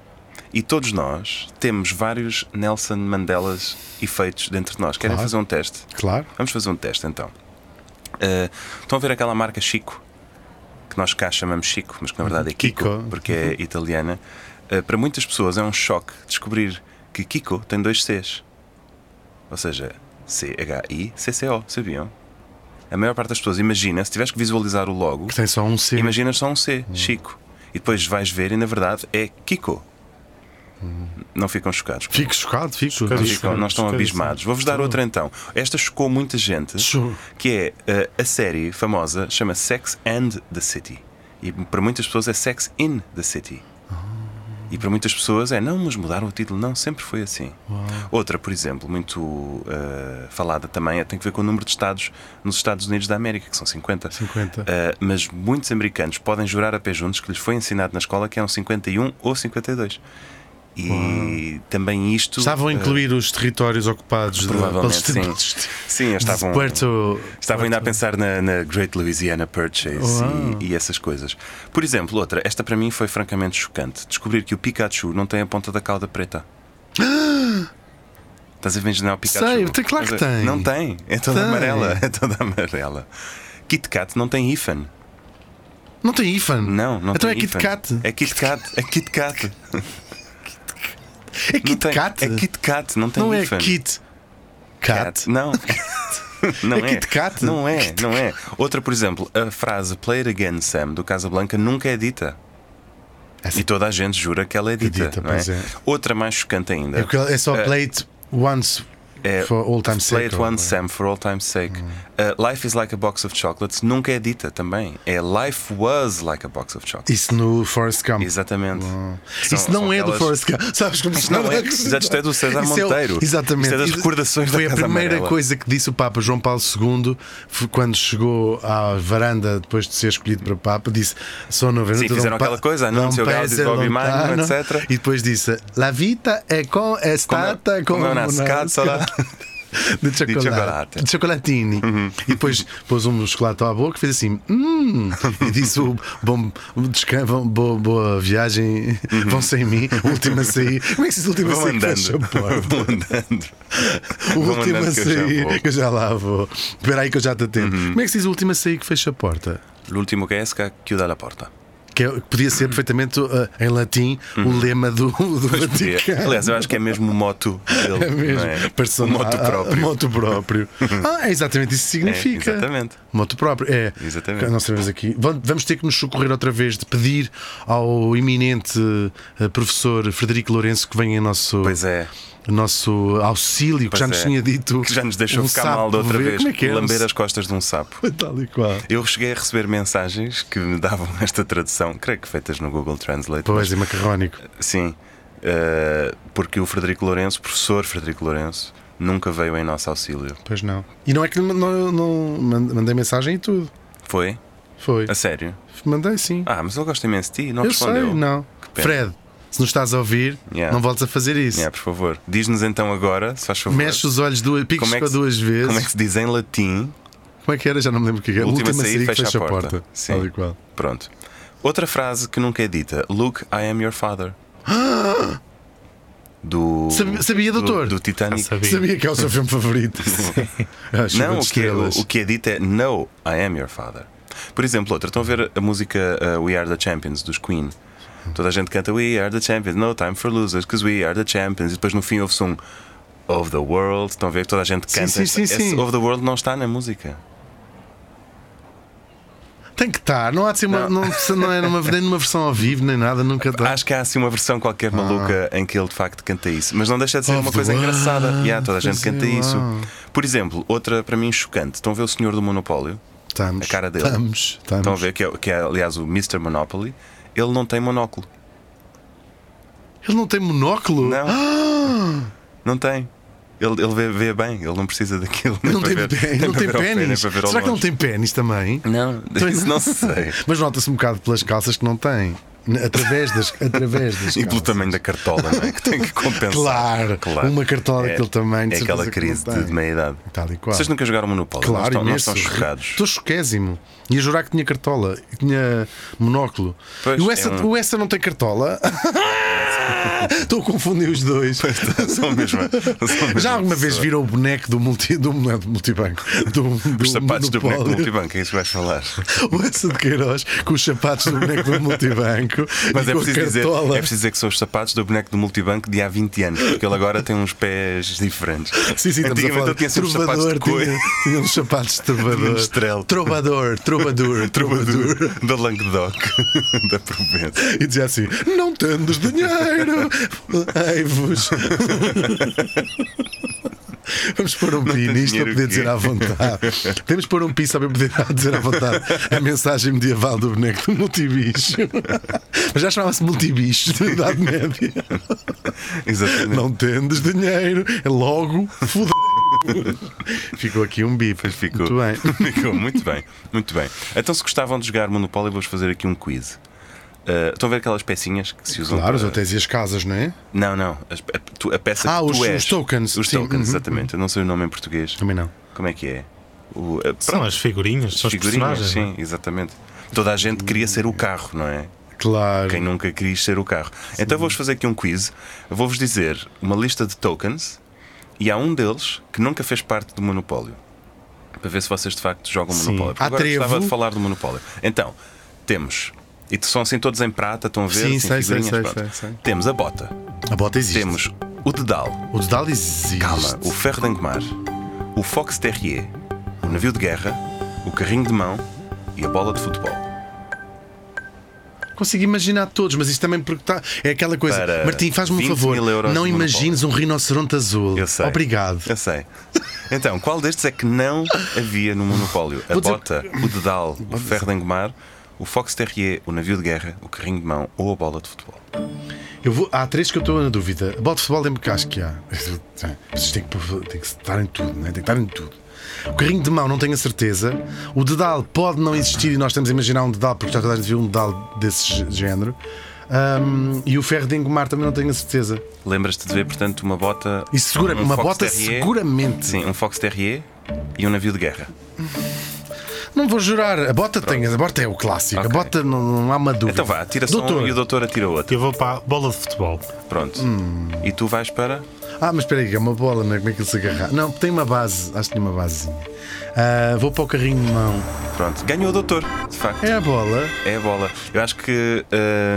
[SPEAKER 1] E todos nós temos vários Nelson Mandelas efeitos dentro de nós. Querem
[SPEAKER 2] Claro.
[SPEAKER 1] fazer um teste?
[SPEAKER 2] Claro.
[SPEAKER 1] Vamos fazer um teste então. Eh, estão a ver aquela marca Chico? Que nós cá chamamos Chico, mas que na verdade é Kiko,
[SPEAKER 3] Kiko.
[SPEAKER 1] porque é italiana. Eh, para muitas pessoas é um choque descobrir que Kiko tem dois Cs. Ou seja, C-H-I-C-C-O, sabiam? A maior parte das pessoas imagina, se tiveres que visualizar o logo,
[SPEAKER 2] Que tem só um C.
[SPEAKER 1] imaginas só um C, Chico. E depois vais ver e na verdade é Kiko. Não ficam chocados.
[SPEAKER 2] Fico chocado, fico chocado.
[SPEAKER 3] Fico
[SPEAKER 1] Ficam, nós estão
[SPEAKER 3] Chocadíssimo.
[SPEAKER 1] abismados. Vou-vos dar outra então. Esta chocou muita gente
[SPEAKER 2] Chocou.
[SPEAKER 1] que é eh, a série famosa, chama Sex and the City. E para muitas pessoas é Sex in the City.
[SPEAKER 2] Ah.
[SPEAKER 1] E para muitas pessoas é, não, mas mudaram o título. Não, sempre foi assim. Outra, por exemplo, muito eh, falada também, é, tem que ver com o número de estados nos Estados Unidos da América, que são 50.
[SPEAKER 2] 50.
[SPEAKER 1] Eh, mas muitos americanos podem jurar a pé juntos que lhes foi ensinado na escola que eram 51 ou 52. E também isto.
[SPEAKER 2] Estavam a
[SPEAKER 1] eh,
[SPEAKER 2] incluir os territórios ocupados de-
[SPEAKER 1] Provavelmente,
[SPEAKER 2] pelos
[SPEAKER 1] sim. Sim, eles estavam.
[SPEAKER 2] Puerto.
[SPEAKER 1] Estava ainda a pensar na, na Great Louisiana Purchase e, e essas coisas. Por exemplo, outra, esta para mim foi francamente chocante: descobrir que o Pikachu não tem a ponta da cauda preta. Estás a imaginar o Pikachu?
[SPEAKER 2] Sei, tem- claro que
[SPEAKER 1] Mas, eh,
[SPEAKER 2] tem.
[SPEAKER 1] Não tem, é toda
[SPEAKER 2] Tem.
[SPEAKER 1] amarela. É toda amarela. Kit Kat não tem hífen.
[SPEAKER 2] Não tem IFAN?
[SPEAKER 1] Não, não tem
[SPEAKER 2] então é Kit
[SPEAKER 1] hífen.
[SPEAKER 2] Kat.
[SPEAKER 1] É Kit Kat, é Kit Kat.
[SPEAKER 2] É
[SPEAKER 1] Não
[SPEAKER 2] Kit
[SPEAKER 1] tem-
[SPEAKER 2] Kat.
[SPEAKER 1] É Kit Kat, não tem
[SPEAKER 2] Não é
[SPEAKER 1] hífen.
[SPEAKER 2] Kit Kat.
[SPEAKER 1] Não. Não
[SPEAKER 2] É Kit Kat?
[SPEAKER 1] Não é, não é. Outra, por exemplo, a frase Play it again, Sam, do Casablanca, nunca é dita.
[SPEAKER 2] Essa-
[SPEAKER 1] E toda a gente jura que ela é dita.
[SPEAKER 2] É dita,
[SPEAKER 1] não é?
[SPEAKER 2] pois é.
[SPEAKER 1] Outra mais chocante ainda.
[SPEAKER 2] É porque É só play it once
[SPEAKER 1] É,
[SPEAKER 2] for all time
[SPEAKER 1] Play
[SPEAKER 2] sake. Hum.
[SPEAKER 1] it once, Sam, for all time's sake. Uh, life is like a box of chocolates nunca é dita também. É Life was like a box of chocolates.
[SPEAKER 2] Isso no Forrest Gump.
[SPEAKER 1] Exatamente. São-
[SPEAKER 2] Isso não
[SPEAKER 1] são
[SPEAKER 2] é do
[SPEAKER 1] aquelas-
[SPEAKER 2] Forrest Gump. Sabes como
[SPEAKER 1] Isso não é. Já isto é do César
[SPEAKER 2] Isso é o-
[SPEAKER 1] Monteiro.
[SPEAKER 2] exatamente.
[SPEAKER 1] Isto é das
[SPEAKER 2] Isso-
[SPEAKER 1] recordações da
[SPEAKER 2] Foi a
[SPEAKER 1] Casa
[SPEAKER 2] primeira
[SPEAKER 1] Amarela.
[SPEAKER 2] coisa que disse o Papa João Paulo II foi quando chegou à varanda depois de ser escolhido para Papa. Disse: Sou novena.
[SPEAKER 1] Sim, fizeram aquela coisa, né? Annunzio Gaudi, Gaudium Magnum, etc.
[SPEAKER 2] tá, E depois disse: La é vita è con è stata
[SPEAKER 1] como
[SPEAKER 2] como
[SPEAKER 1] é
[SPEAKER 2] una
[SPEAKER 1] una scatola
[SPEAKER 2] de chocolate.
[SPEAKER 1] chocolate. Uhum.
[SPEAKER 2] De chocolatini. E depois pôs um chocolate à boca e fez assim: Hum. E disse: o bom, descanso, boa, boa viagem, vão sem mim. Última a sair. Como é que se diz última a
[SPEAKER 1] Uhum. Vão
[SPEAKER 2] sair?
[SPEAKER 1] andando.
[SPEAKER 2] que fecha a porta?
[SPEAKER 1] Vão andando.
[SPEAKER 2] O
[SPEAKER 1] Vão
[SPEAKER 2] último a
[SPEAKER 1] andando que eu já vou. Uhum.
[SPEAKER 2] sair, que eu já lá vou. Espera aí que eu já te atendo. Como é que se diz o último a sair que fecha a porta?
[SPEAKER 1] L'ultimo que esca, chiuda la porta.
[SPEAKER 2] Que é- que podia ser perfeitamente uh, em latim o lema do, do
[SPEAKER 1] Uhum. Pois podia.
[SPEAKER 2] Vaticano.
[SPEAKER 1] Aliás, eu acho que é mesmo o moto dele.
[SPEAKER 2] É mesmo.
[SPEAKER 1] não é?
[SPEAKER 2] Person-
[SPEAKER 1] O moto
[SPEAKER 2] ah, ah,
[SPEAKER 1] próprio. Uhum.
[SPEAKER 2] moto próprio. ah, é exatamente isso que significa.
[SPEAKER 1] É, exatamente.
[SPEAKER 2] Moto próprio. É.
[SPEAKER 1] Exatamente.
[SPEAKER 2] Nós sabemos aqui. Vam- Vamos ter que nos socorrer outra vez de pedir ao iminente eh, professor Frederico Lourenço que venha em nosso,
[SPEAKER 1] Pois é.
[SPEAKER 2] nosso auxílio, que
[SPEAKER 1] Pois
[SPEAKER 2] já nos
[SPEAKER 1] é.
[SPEAKER 2] tinha dito.
[SPEAKER 1] Que já nos deixou
[SPEAKER 2] um
[SPEAKER 1] ficar
[SPEAKER 2] sapo
[SPEAKER 1] mal da outra
[SPEAKER 2] ver-
[SPEAKER 1] vez.
[SPEAKER 2] Como é que é?
[SPEAKER 1] Lamber
[SPEAKER 2] Um
[SPEAKER 1] as costas de um sapo.
[SPEAKER 2] sapo, Tal e qual.
[SPEAKER 1] Eu cheguei a receber mensagens que me davam esta tradução, creio que feitas no Google Translate.
[SPEAKER 2] Pois é, macarrónico.
[SPEAKER 1] mas- sim. eh, porque o Frederico Lourenço, professor Frederico Lourenço, nunca veio em nosso auxílio.
[SPEAKER 2] Pois não. E não é que não, não- não- mandei mensagem e tudo.
[SPEAKER 1] Foi?
[SPEAKER 2] Foi.
[SPEAKER 1] A sério?
[SPEAKER 2] Mandei sim.
[SPEAKER 1] Ah, mas ele gosta imenso de ti, não
[SPEAKER 2] Eu
[SPEAKER 1] respondeu.
[SPEAKER 2] sei, não.
[SPEAKER 1] pena.
[SPEAKER 2] Fred, se nos estás a ouvir,
[SPEAKER 1] Yeah.
[SPEAKER 2] não voltes a fazer isso.
[SPEAKER 1] É, por favor. Diz-nos então agora, se faz favor.
[SPEAKER 2] Mexe os olhos duas, picos
[SPEAKER 1] Como é que
[SPEAKER 2] para
[SPEAKER 1] se-
[SPEAKER 2] duas vezes.
[SPEAKER 1] Como é que se diz em latim?
[SPEAKER 2] era? Já não me lembro o que é.
[SPEAKER 1] A última,
[SPEAKER 2] a
[SPEAKER 1] sair,
[SPEAKER 2] sair que
[SPEAKER 1] fecha, a porta. Sim.
[SPEAKER 2] Tal e qual.
[SPEAKER 1] Pronto. Outra frase que nunca é dita: Luke, I am your father. Do.
[SPEAKER 2] Sabi- sabia, doutor?
[SPEAKER 1] Do, do Titanic.
[SPEAKER 3] Ah, sabia.
[SPEAKER 2] Sabia que é o seu filme favorito. Ah, Chuva
[SPEAKER 1] Não,
[SPEAKER 2] de
[SPEAKER 1] o que, é, o,
[SPEAKER 2] Estrelas.
[SPEAKER 1] o que é dito é No, I am your father. Por exemplo, outra. Estão a ver a música uh, We Are the Champions dos Queen? Toda a gente canta We Are the Champions, No Time for Losers, because we are the champions. E depois no fim ouve-se um Of the World. Estão a ver que toda a gente canta.
[SPEAKER 2] sim, sim,
[SPEAKER 1] Esse
[SPEAKER 2] sim.
[SPEAKER 1] Of the World não está na música.
[SPEAKER 2] Tem que estar. Não há de ser uma, não.
[SPEAKER 1] Não.
[SPEAKER 2] Não, é numa, nem numa versão ao vivo, nem nada. Nunca está.
[SPEAKER 1] Acho que há assim uma versão qualquer maluca
[SPEAKER 2] Ah.
[SPEAKER 1] em que ele de facto canta isso. Mas não deixa de ser
[SPEAKER 2] Of
[SPEAKER 1] uma
[SPEAKER 2] the
[SPEAKER 1] coisa
[SPEAKER 2] world.
[SPEAKER 1] engraçada. Yeah, toda a gente
[SPEAKER 2] Pois
[SPEAKER 1] canta
[SPEAKER 2] é,
[SPEAKER 1] isso.
[SPEAKER 2] uau.
[SPEAKER 1] Por exemplo, outra para mim chocante. Estão a ver o Senhor do Monopólio?
[SPEAKER 2] Estamos.
[SPEAKER 1] a cara dele.
[SPEAKER 2] Estamos. estamos.
[SPEAKER 1] Estão a ver que é, que é, aliás o Mr. Monopoly. Ele não tem monóculo.
[SPEAKER 2] Ele não tem monóculo? Ah,
[SPEAKER 1] Não. Não tem. Ele, ele vê, vê bem, ele não precisa daquilo.
[SPEAKER 2] Ele não
[SPEAKER 1] nem
[SPEAKER 2] tem,
[SPEAKER 1] para ver-
[SPEAKER 2] pé-
[SPEAKER 1] nem
[SPEAKER 2] não
[SPEAKER 1] para
[SPEAKER 2] tem
[SPEAKER 1] ver ao pé, nem
[SPEAKER 2] pênis.
[SPEAKER 1] para ver ao
[SPEAKER 2] Será que não
[SPEAKER 1] longe.
[SPEAKER 2] tem pênis também?
[SPEAKER 1] Não, isso não sei.
[SPEAKER 2] Mas nota-se um bocado pelas calças que não tem. N- Através das, através das
[SPEAKER 1] E pelo
[SPEAKER 2] calças.
[SPEAKER 1] tamanho da cartola, não é? Que tem que compensar.
[SPEAKER 2] Claro, uma cartola daquele tamanho, de
[SPEAKER 1] É aquela
[SPEAKER 2] certeza que
[SPEAKER 1] crise
[SPEAKER 2] não
[SPEAKER 1] de,
[SPEAKER 2] tem.
[SPEAKER 1] de meia-idade.
[SPEAKER 2] Tal e qual.
[SPEAKER 1] Vocês nunca jogaram Monopólio?
[SPEAKER 2] Claro,
[SPEAKER 1] não estão, não
[SPEAKER 2] imenso.
[SPEAKER 1] estão chocados.
[SPEAKER 2] Estou choquésimo. Ia jurar que tinha cartola, que tinha monóculo.
[SPEAKER 1] Pois,
[SPEAKER 2] e o essa,
[SPEAKER 1] é um-
[SPEAKER 2] o essa não tem cartola? Estou a confundir os dois.
[SPEAKER 1] São mesmo, são mesmo
[SPEAKER 2] Já alguma vez viram o boneco do, multi, do, não é do multibanco? Do, do,
[SPEAKER 1] Os sapatos do boneco do
[SPEAKER 2] Monopólio?
[SPEAKER 1] multibanco, é isso que vais falar.
[SPEAKER 2] O essa de Queiroz com os sapatos do boneco do multibanco.
[SPEAKER 1] Mas
[SPEAKER 2] e
[SPEAKER 1] é
[SPEAKER 2] com a
[SPEAKER 1] preciso, dizer,
[SPEAKER 2] cartola.
[SPEAKER 1] é preciso dizer que são os sapatos do boneco do multibanco de há 20 anos, porque ele agora tem uns pés diferentes.
[SPEAKER 2] Sim, sim, estamos a
[SPEAKER 1] Antigamente
[SPEAKER 2] falar
[SPEAKER 1] ele tinha sempre uns sapatos de
[SPEAKER 2] trovador,
[SPEAKER 1] coelho.
[SPEAKER 2] tinha, tinha uns sapatos de
[SPEAKER 1] Tinha um
[SPEAKER 2] trovador.
[SPEAKER 1] estrelo.
[SPEAKER 2] Trovador,
[SPEAKER 1] Trovador
[SPEAKER 2] trovador, trovador.
[SPEAKER 1] da Languedoc da Provença.
[SPEAKER 2] E dizia assim: Não tendes dinheiro, ai-vos. Vamos pôr um pi
[SPEAKER 1] tens
[SPEAKER 2] nisto
[SPEAKER 1] dinheiro
[SPEAKER 2] para poder
[SPEAKER 1] o quê?
[SPEAKER 2] dizer à vontade. Podemos pôr um pi só para poder dizer à vontade a mensagem medieval do boneco do multibicho. Mas já chamava-se multibicho da Idade Média.
[SPEAKER 1] Exatamente.
[SPEAKER 2] Não tendes dinheiro, é logo foda Ficou aqui um bip.
[SPEAKER 1] Pois ficou.
[SPEAKER 2] Muito bem.
[SPEAKER 1] Ficou muito bem, muito bem. Então, se gostavam de jogar Monopólio, vou-vos fazer aqui um quiz. Ah, estão a ver aquelas pecinhas que se usam?
[SPEAKER 2] Claro, os
[SPEAKER 1] para-
[SPEAKER 2] hotéis e as casas, não é?
[SPEAKER 1] Não, não. as- A, tu- a peça
[SPEAKER 2] Ah,
[SPEAKER 1] que
[SPEAKER 2] os-
[SPEAKER 1] tu
[SPEAKER 2] os
[SPEAKER 1] és.
[SPEAKER 2] tokens,
[SPEAKER 1] Os
[SPEAKER 2] sim,
[SPEAKER 1] tokens,
[SPEAKER 2] uhum,
[SPEAKER 1] exatamente. Eu não sei o nome em português.
[SPEAKER 2] Também não.
[SPEAKER 1] Como é que é? O, ah,
[SPEAKER 3] São
[SPEAKER 1] pronto,
[SPEAKER 3] as figurinhas, são
[SPEAKER 1] as
[SPEAKER 3] os
[SPEAKER 1] figurinhas,
[SPEAKER 3] personagens. não é?
[SPEAKER 2] é?
[SPEAKER 1] sim, exatamente. Toda a gente queria ser o carro, não é?
[SPEAKER 2] Claro.
[SPEAKER 1] Quem nunca quis ser o carro. Então vou-vos fazer aqui um quiz. Vou-vos dizer uma lista de tokens e há um deles que nunca fez parte do Monopólio. Para ver se vocês de facto jogam
[SPEAKER 3] Sim.
[SPEAKER 1] Monopólio. Porque
[SPEAKER 2] Há
[SPEAKER 1] agora
[SPEAKER 2] Ah, trevo.
[SPEAKER 1] gostava de falar do Monopólio. Então, temos. E são assim todos em prata, estão a ver?
[SPEAKER 2] Sim,
[SPEAKER 1] assim,
[SPEAKER 2] sei, sei,
[SPEAKER 1] figurinhas,
[SPEAKER 2] sei,
[SPEAKER 1] pronto.
[SPEAKER 2] sei, sei.
[SPEAKER 1] Temos a bota,
[SPEAKER 2] A bota existe.
[SPEAKER 1] temos o dedal,
[SPEAKER 2] O dedal existe.
[SPEAKER 1] calma, o ferro de engomar, o fox terrier, o navio de guerra, o carrinho de mão e a bola de futebol.
[SPEAKER 2] Consigo imaginar todos, mas isto também porque tá... é aquela coisa.
[SPEAKER 1] Para
[SPEAKER 2] Martim, faz-me um
[SPEAKER 1] 20
[SPEAKER 2] favor.
[SPEAKER 1] mil euros
[SPEAKER 2] Não
[SPEAKER 1] de
[SPEAKER 2] imagines um rinoceronte azul.
[SPEAKER 1] Eu sei.
[SPEAKER 2] Obrigado.
[SPEAKER 1] Eu sei. Então, qual destes é que não havia no monopólio? A
[SPEAKER 2] Vou dizer-
[SPEAKER 1] bota, o dedal, o ferro de engomar, o fox terrier, o navio de guerra, o carrinho de mão ou a bola de futebol?
[SPEAKER 2] Eu vou... Há três que eu estou na dúvida. Bola de futebol lembro que acho que há. Vocês têm que, têm que estar em tudo, né? Tem que estar em tudo. O carrinho de mão não tenho a certeza. O dedal pode não existir e nós estamos a imaginar um dedal, porque já toda a gente viu um dedal desse gé- género. Ahm, e o ferro de engomar também não tenho a certeza.
[SPEAKER 1] Lembras-te de ver, portanto, uma bota. um
[SPEAKER 2] E segura- uma
[SPEAKER 1] fox
[SPEAKER 2] bota seguramente.
[SPEAKER 1] Sim, um fox terrier e um navio de guerra.
[SPEAKER 2] Não vou jurar. A bota tem, a bota é o clássico.
[SPEAKER 1] Ok.
[SPEAKER 2] A bota não, não há uma dúvida.
[SPEAKER 1] Então vá, atira só
[SPEAKER 2] Doutor.
[SPEAKER 1] um e o doutor atira
[SPEAKER 3] é?
[SPEAKER 1] outro.
[SPEAKER 3] Eu vou para a bola de futebol.
[SPEAKER 1] Pronto.
[SPEAKER 2] Hum.
[SPEAKER 1] E tu vais para.
[SPEAKER 2] Ah, mas espera aí, é uma bola, não é? Como é que ele se agarra? Não, tem uma base, acho que tem uma basezinha. Ah, vou para o carrinho de mão.
[SPEAKER 1] Pronto. Ganhou o doutor, de facto.
[SPEAKER 2] É a bola.
[SPEAKER 1] É a bola. Eu acho que.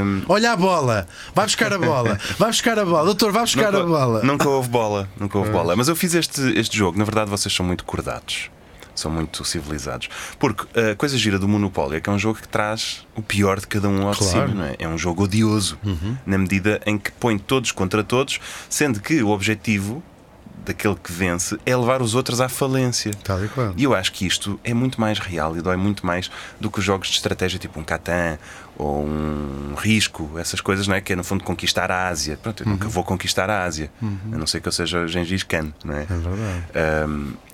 [SPEAKER 1] hum,
[SPEAKER 2] Olha a bola. Vai buscar a bola. Vai buscar a bola. Doutor, vai buscar a
[SPEAKER 1] Nunca-
[SPEAKER 2] bola. É.
[SPEAKER 1] Nunca houve bola, nunca houve bola. Mas eu fiz este, este jogo, na verdade vocês são muito cordatos. São muito civilizados. Porque a coisa gira do Monopólio é que é um jogo que traz o pior de cada um ao de
[SPEAKER 2] Claro. Uhum.
[SPEAKER 1] cima, não é? É um jogo odioso, na medida em que põe todos contra todos, sendo que o objetivo daquele que vence é levar os outros à falência.
[SPEAKER 2] Tal e qual.
[SPEAKER 1] E eu acho que isto é muito mais real e dói muito mais do que os jogos de estratégia tipo um Catan ou um Risco, essas coisas, não é? Que é no fundo conquistar a Ásia. Pronto, eu nunca vou conquistar a Ásia, a não ser que eu seja Gengis Khan, não é? É
[SPEAKER 2] verdade.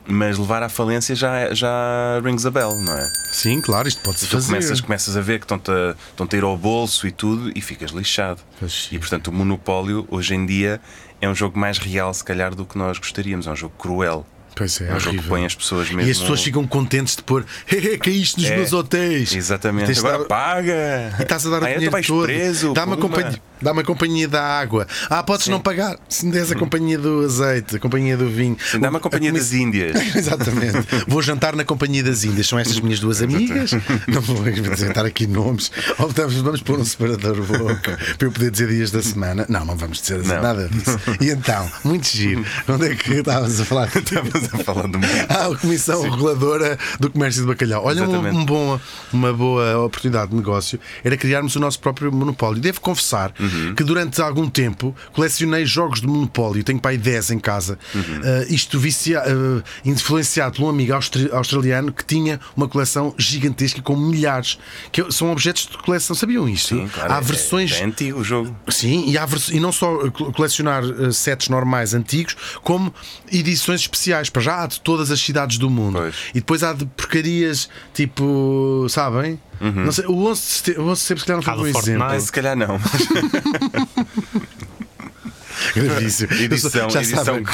[SPEAKER 1] mas levar à falência já, já rings a bell, não é?
[SPEAKER 2] Sim, claro, isto pode-se
[SPEAKER 1] Tu
[SPEAKER 2] fazer.
[SPEAKER 1] começas, começas a ver que estão-te a, estão-te a ir ao bolso e tudo e ficas lixado.
[SPEAKER 2] Pois
[SPEAKER 1] E portanto, o Monopólio hoje em dia é um jogo mais real, se calhar, do que nós gostaríamos. É um jogo cruel.
[SPEAKER 2] Pois é,
[SPEAKER 1] É um jogo que
[SPEAKER 2] horrível.
[SPEAKER 1] põe as pessoas mesmo.
[SPEAKER 2] E as pessoas ficam contentes de pôr "Hehe, caíste nos
[SPEAKER 1] É,
[SPEAKER 2] meus hotéis.
[SPEAKER 1] Exatamente.
[SPEAKER 2] Tens de
[SPEAKER 1] Agora
[SPEAKER 2] dar-
[SPEAKER 1] paga!
[SPEAKER 2] E estás a dar o
[SPEAKER 1] Ah, é? Tu
[SPEAKER 2] dinheiro
[SPEAKER 1] vais
[SPEAKER 2] todo.
[SPEAKER 1] preso.
[SPEAKER 2] Dá uma,
[SPEAKER 1] puma.
[SPEAKER 2] companhia, dá uma companhia da água. Ah, podes não pagar. Se me des
[SPEAKER 1] Uhum.
[SPEAKER 2] a companhia do azeite, a companhia do vinho.
[SPEAKER 1] Sim, Dá uma
[SPEAKER 2] A
[SPEAKER 1] companhia
[SPEAKER 2] comi-
[SPEAKER 1] das Índias.
[SPEAKER 2] Exatamente. Vou jantar na companhia das Índias. São estas minhas duas amigas. Não vou apresentar aqui nomes. Ou vamos- vamos pôr um separador boca para eu poder dizer dias da semana. Não, não vamos dizer
[SPEAKER 1] Não.
[SPEAKER 2] nada disso. E então, muito giro. Onde é que estávamos a falar?
[SPEAKER 1] Estavas Falando muito.
[SPEAKER 2] Ah, a Comissão Reguladora do Comércio de Bacalhau. Olha, um,
[SPEAKER 1] Exatamente.
[SPEAKER 2] um bom, uma boa oportunidade de negócio era criarmos o nosso próprio monopólio. Devo confessar
[SPEAKER 1] Uhum.
[SPEAKER 2] que durante algum tempo colecionei jogos de monopólio, tenho pai 10 em casa.
[SPEAKER 1] Uhum.
[SPEAKER 2] Ah, isto vicia, ah, influenciado por um amigo austra- australiano que tinha uma coleção gigantesca com milhares, que eu- são objetos de coleção. Sabiam isto?
[SPEAKER 1] Sim, claro,
[SPEAKER 2] Há
[SPEAKER 1] é-
[SPEAKER 2] versões Ah,
[SPEAKER 1] É, antigo o jogo.
[SPEAKER 2] Sim, e, há vers- e não só eh, co- colecionar eh, sets normais antigos, como edições especiais. Para já há de todas as cidades do mundo.
[SPEAKER 1] Pois.
[SPEAKER 2] E depois há de porcarias tipo. Sabem?
[SPEAKER 1] Uhum.
[SPEAKER 2] Não sei, o 11 de sete- o 11 de setembro, se calhar, não foi
[SPEAKER 3] Há
[SPEAKER 2] um
[SPEAKER 3] do
[SPEAKER 2] bom exemplo.
[SPEAKER 3] Fortnite.
[SPEAKER 1] Se calhar não.
[SPEAKER 2] Gravíssimo. Eu sou-
[SPEAKER 1] Edição-
[SPEAKER 2] já
[SPEAKER 1] edição-
[SPEAKER 2] sabem,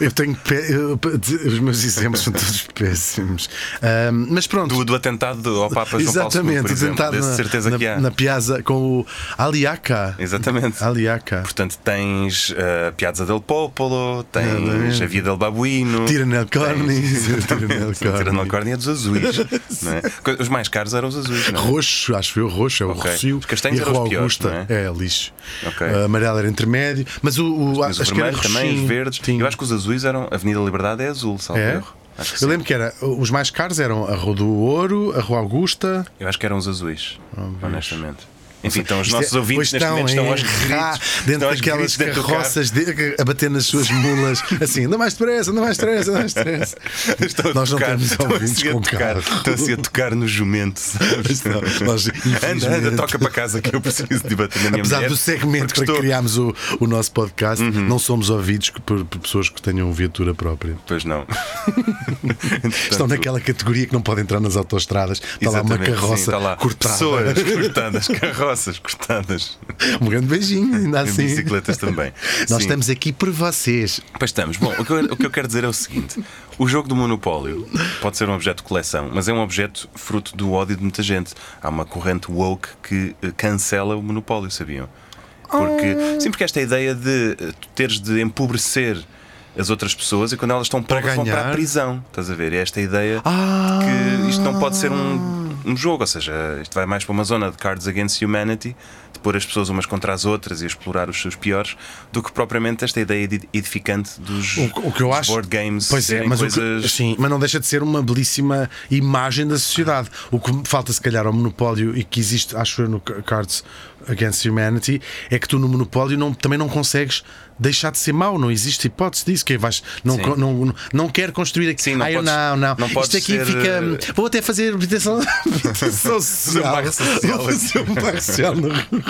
[SPEAKER 2] eu tenho. pé- eu- os meus exemplos são todos péssimos. Ahm, mas pronto.
[SPEAKER 1] Do, do atentado do- ao Papa João Paulo II, por
[SPEAKER 2] Exatamente,
[SPEAKER 1] exemplo.
[SPEAKER 2] sentado
[SPEAKER 1] Desse
[SPEAKER 2] na,
[SPEAKER 1] certeza
[SPEAKER 2] na,
[SPEAKER 1] que há.
[SPEAKER 2] na Ah. piazza com o Aliaca.
[SPEAKER 1] Exatamente.
[SPEAKER 2] Aliaca.
[SPEAKER 1] Portanto, tens eh, a Piazza del Popolo, tens
[SPEAKER 2] Exatamente.
[SPEAKER 1] a Via del Babuino.
[SPEAKER 2] Tiranel
[SPEAKER 1] É
[SPEAKER 2] Corni. Tiranel
[SPEAKER 1] Tirando a
[SPEAKER 2] Corni.
[SPEAKER 1] córnea dos azuis. não é? Co- Os mais caros eram os azuis. Não é?
[SPEAKER 2] Roxo, acho eu, roxo, é o
[SPEAKER 1] Ok.
[SPEAKER 2] Rocio.
[SPEAKER 1] Os castanhos
[SPEAKER 2] e a
[SPEAKER 1] eram
[SPEAKER 2] Rua
[SPEAKER 1] os piores,
[SPEAKER 2] Augusta
[SPEAKER 1] não
[SPEAKER 2] é? lixo.
[SPEAKER 1] Ok.
[SPEAKER 2] Ah, amarelo era intermédio, mas o, o
[SPEAKER 1] Mas o
[SPEAKER 2] acho que era
[SPEAKER 1] vermelho também, os
[SPEAKER 2] roxinho.
[SPEAKER 1] verdes.
[SPEAKER 2] Tinha.
[SPEAKER 1] Eu acho que os azuis eram. A Avenida Liberdade é azul, salvo
[SPEAKER 2] É?
[SPEAKER 1] erro. Acho que
[SPEAKER 2] Eu
[SPEAKER 1] sim.
[SPEAKER 2] lembro que era, os mais caros eram a Rua do Ouro, a Rua Augusta.
[SPEAKER 1] Eu acho que eram os azuis, honestamente. Enfim, então os
[SPEAKER 2] Isto
[SPEAKER 1] nossos
[SPEAKER 2] é-
[SPEAKER 1] ouvintes
[SPEAKER 2] pois
[SPEAKER 1] neste momento estão
[SPEAKER 2] em
[SPEAKER 1] aos
[SPEAKER 2] ra-
[SPEAKER 1] gritos.
[SPEAKER 2] dentro
[SPEAKER 1] estão aos
[SPEAKER 2] daquelas
[SPEAKER 1] gritos dentro do carro.
[SPEAKER 2] carroças de- a bater nas suas mulas, assim, anda mais depressa, anda mais depressa, anda mais depressa.
[SPEAKER 1] Estão a
[SPEAKER 2] Nós não
[SPEAKER 1] tocar,
[SPEAKER 2] temos
[SPEAKER 1] estão
[SPEAKER 2] ouvintes
[SPEAKER 1] assim a
[SPEAKER 2] com
[SPEAKER 1] tocar,
[SPEAKER 2] carro.
[SPEAKER 1] Estão assim a tocar no jumento. sabes?
[SPEAKER 2] Mas não, nós,
[SPEAKER 1] anda, anda,
[SPEAKER 2] infelizmente-
[SPEAKER 1] toca para casa que eu preciso de bater na minha
[SPEAKER 2] Apesar
[SPEAKER 1] mulher,
[SPEAKER 2] do segmento
[SPEAKER 1] porque
[SPEAKER 2] para que
[SPEAKER 1] estou- Uhum.
[SPEAKER 2] criámos o, o nosso podcast, não somos ouvidos que- por, por pessoas que tenham viatura própria.
[SPEAKER 1] Pois não.
[SPEAKER 2] Estão
[SPEAKER 1] Portanto,
[SPEAKER 2] naquela categoria que não pode entrar nas autoestradas. Está lá uma
[SPEAKER 1] exatamente,
[SPEAKER 2] carroça
[SPEAKER 1] sim, está lá.
[SPEAKER 2] cortada.
[SPEAKER 1] Pessoas cortadas, carroças cortadas.
[SPEAKER 2] Um grande beijinho, ainda
[SPEAKER 1] Em
[SPEAKER 2] assim.
[SPEAKER 1] bicicletas também.
[SPEAKER 2] Nós
[SPEAKER 1] Sim.
[SPEAKER 2] estamos aqui por vocês.
[SPEAKER 1] Pois estamos. Bom, o que, eu, o que eu quero dizer é o seguinte: o jogo do monopólio pode ser um objeto de coleção, mas é um objeto fruto do ódio de muita gente. Há uma corrente woke que eh, cancela o monopólio, sabiam? Porque,
[SPEAKER 2] Ah.
[SPEAKER 1] Sim, porque esta ideia de eh, tu teres de empobrecer as outras pessoas e quando elas estão pobres vão para a
[SPEAKER 2] ganhar.
[SPEAKER 1] prisão. Estás a ver? É esta ideia
[SPEAKER 2] Ah.
[SPEAKER 1] que isto não pode ser um, um jogo, ou seja, isto vai mais para uma zona de Cards Against Humanity, de pôr as pessoas umas contra as outras e explorar os seus piores, do que propriamente esta ideia de- edificante dos,
[SPEAKER 2] O, o que eu
[SPEAKER 1] dos
[SPEAKER 2] acho.
[SPEAKER 1] board games
[SPEAKER 2] pois é,
[SPEAKER 1] serem
[SPEAKER 2] mas, o que-
[SPEAKER 1] coisas.
[SPEAKER 2] sim, mas não deixa de ser uma belíssima imagem da sociedade. O que falta, se calhar, ao monopólio e que existe, acho eu, no Ca- Cards Against Humanity, é que tu no monopólio não- também não consegues deixar de ser mau. Não existe hipótese disso. Que é, vais, não,
[SPEAKER 1] Sim.
[SPEAKER 2] co- não, não, não quero construir aqui.
[SPEAKER 1] Sim, não
[SPEAKER 2] Ah, eu
[SPEAKER 1] podes-
[SPEAKER 2] não, não.
[SPEAKER 1] não
[SPEAKER 2] Isto
[SPEAKER 1] podes
[SPEAKER 2] aqui
[SPEAKER 1] ser,
[SPEAKER 2] fica. hum,
[SPEAKER 1] eh,
[SPEAKER 2] Vou até fazer habitação, habitação social.
[SPEAKER 1] bairro social
[SPEAKER 2] Vou fazer um bairro social no Rio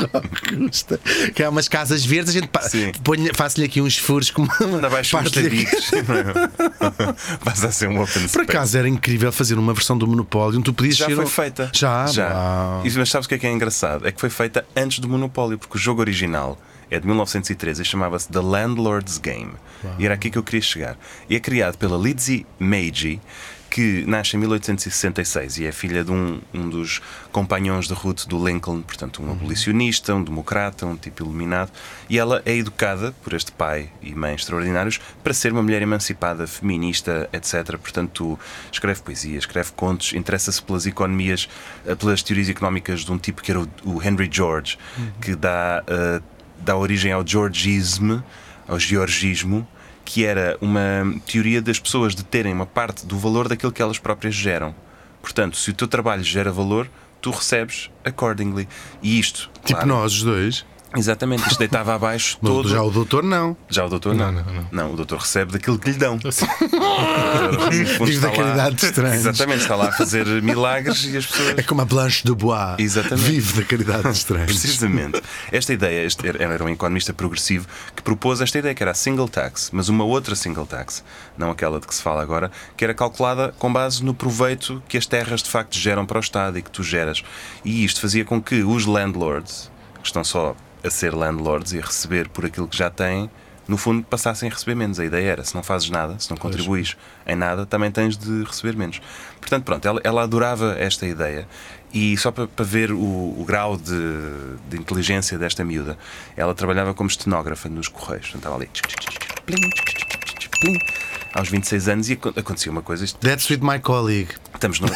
[SPEAKER 2] Augusta. Que há umas casas verdes, a gente pa-
[SPEAKER 1] Sim.
[SPEAKER 2] ponho- faço-lhe aqui uns furos com uma
[SPEAKER 1] Ainda vais
[SPEAKER 2] parte daqui.
[SPEAKER 1] Vais a ser um open
[SPEAKER 2] Por
[SPEAKER 1] space.
[SPEAKER 2] acaso era incrível fazer uma versão do Monopólio onde tu podias
[SPEAKER 1] Já
[SPEAKER 2] ser
[SPEAKER 1] foi
[SPEAKER 2] o-
[SPEAKER 1] feita.
[SPEAKER 2] Já,
[SPEAKER 1] Já.
[SPEAKER 2] Uau.
[SPEAKER 1] E, mas sabes o que é que é engraçado? É que foi feita antes do Monopólio, porque o jogo original é de 1913 e chamava-se The Landlord's Game. E era aqui que eu queria chegar. E é criado pela Lizzie Meiji, que nasce em 1866 e é filha de um, um dos companhões de Ruth do Lincoln, portanto, um abolicionista, um democrata, um tipo iluminado. E ela é educada por este pai e mãe extraordinários para ser uma mulher emancipada, feminista, etc. Portanto, escreve poesia, escreve contos, interessa-se pelas economias, eh, pelas teorias económicas de um tipo que era o- o Henry George, que dá, eh, dá origem ao Georgismo, ao georgismo, que era uma teoria das pessoas de terem uma parte do valor daquilo que elas próprias geram. Portanto, se o teu trabalho gera valor, tu recebes accordingly. E isto,
[SPEAKER 2] Tipo
[SPEAKER 1] claro,
[SPEAKER 2] nós os dois.
[SPEAKER 1] exatamente, isto deitava abaixo
[SPEAKER 2] Mas
[SPEAKER 1] todo.
[SPEAKER 2] Já o doutor não.
[SPEAKER 1] Já o doutor não.
[SPEAKER 3] Não, não, não.
[SPEAKER 1] o doutor recebe daquilo que lhe dão.
[SPEAKER 3] Assim,
[SPEAKER 1] Vive
[SPEAKER 2] Vive da caridade de estranhos.
[SPEAKER 1] Exatamente, está lá a fazer milagres e as
[SPEAKER 2] É
[SPEAKER 1] pessoas.
[SPEAKER 2] como a Blanche de Bois.
[SPEAKER 1] Exatamente.
[SPEAKER 2] Vive da caridade de estranhos.
[SPEAKER 1] Precisamente. Esta ideia, este era era um economista progressivo que propôs esta ideia que era a single tax, mas uma outra single tax, não aquela de que se fala agora, que era calculada com base no proveito que as terras de facto geram para o Estado e que tu geras. E isto fazia com que os landlords, que estão só a ser landlords e a receber por aquilo que já têm, no fundo passassem a receber menos. A ideia era, se não fazes nada, se não contribuis em nada, também tens de receber menos. Portanto, pronto, ela, ela adorava esta ideia. E só para, para ver o, o grau de, de inteligência desta miúda, ela trabalhava como estenógrafa nos Correios. Portanto, estava ali. tch, tch, tch, tch, plim, tch, tch, tch, tch, tch, plim, Aos 26 anos e aco- acontecia uma coisa, isto
[SPEAKER 2] That's with my colleague.
[SPEAKER 1] Estamos no. É,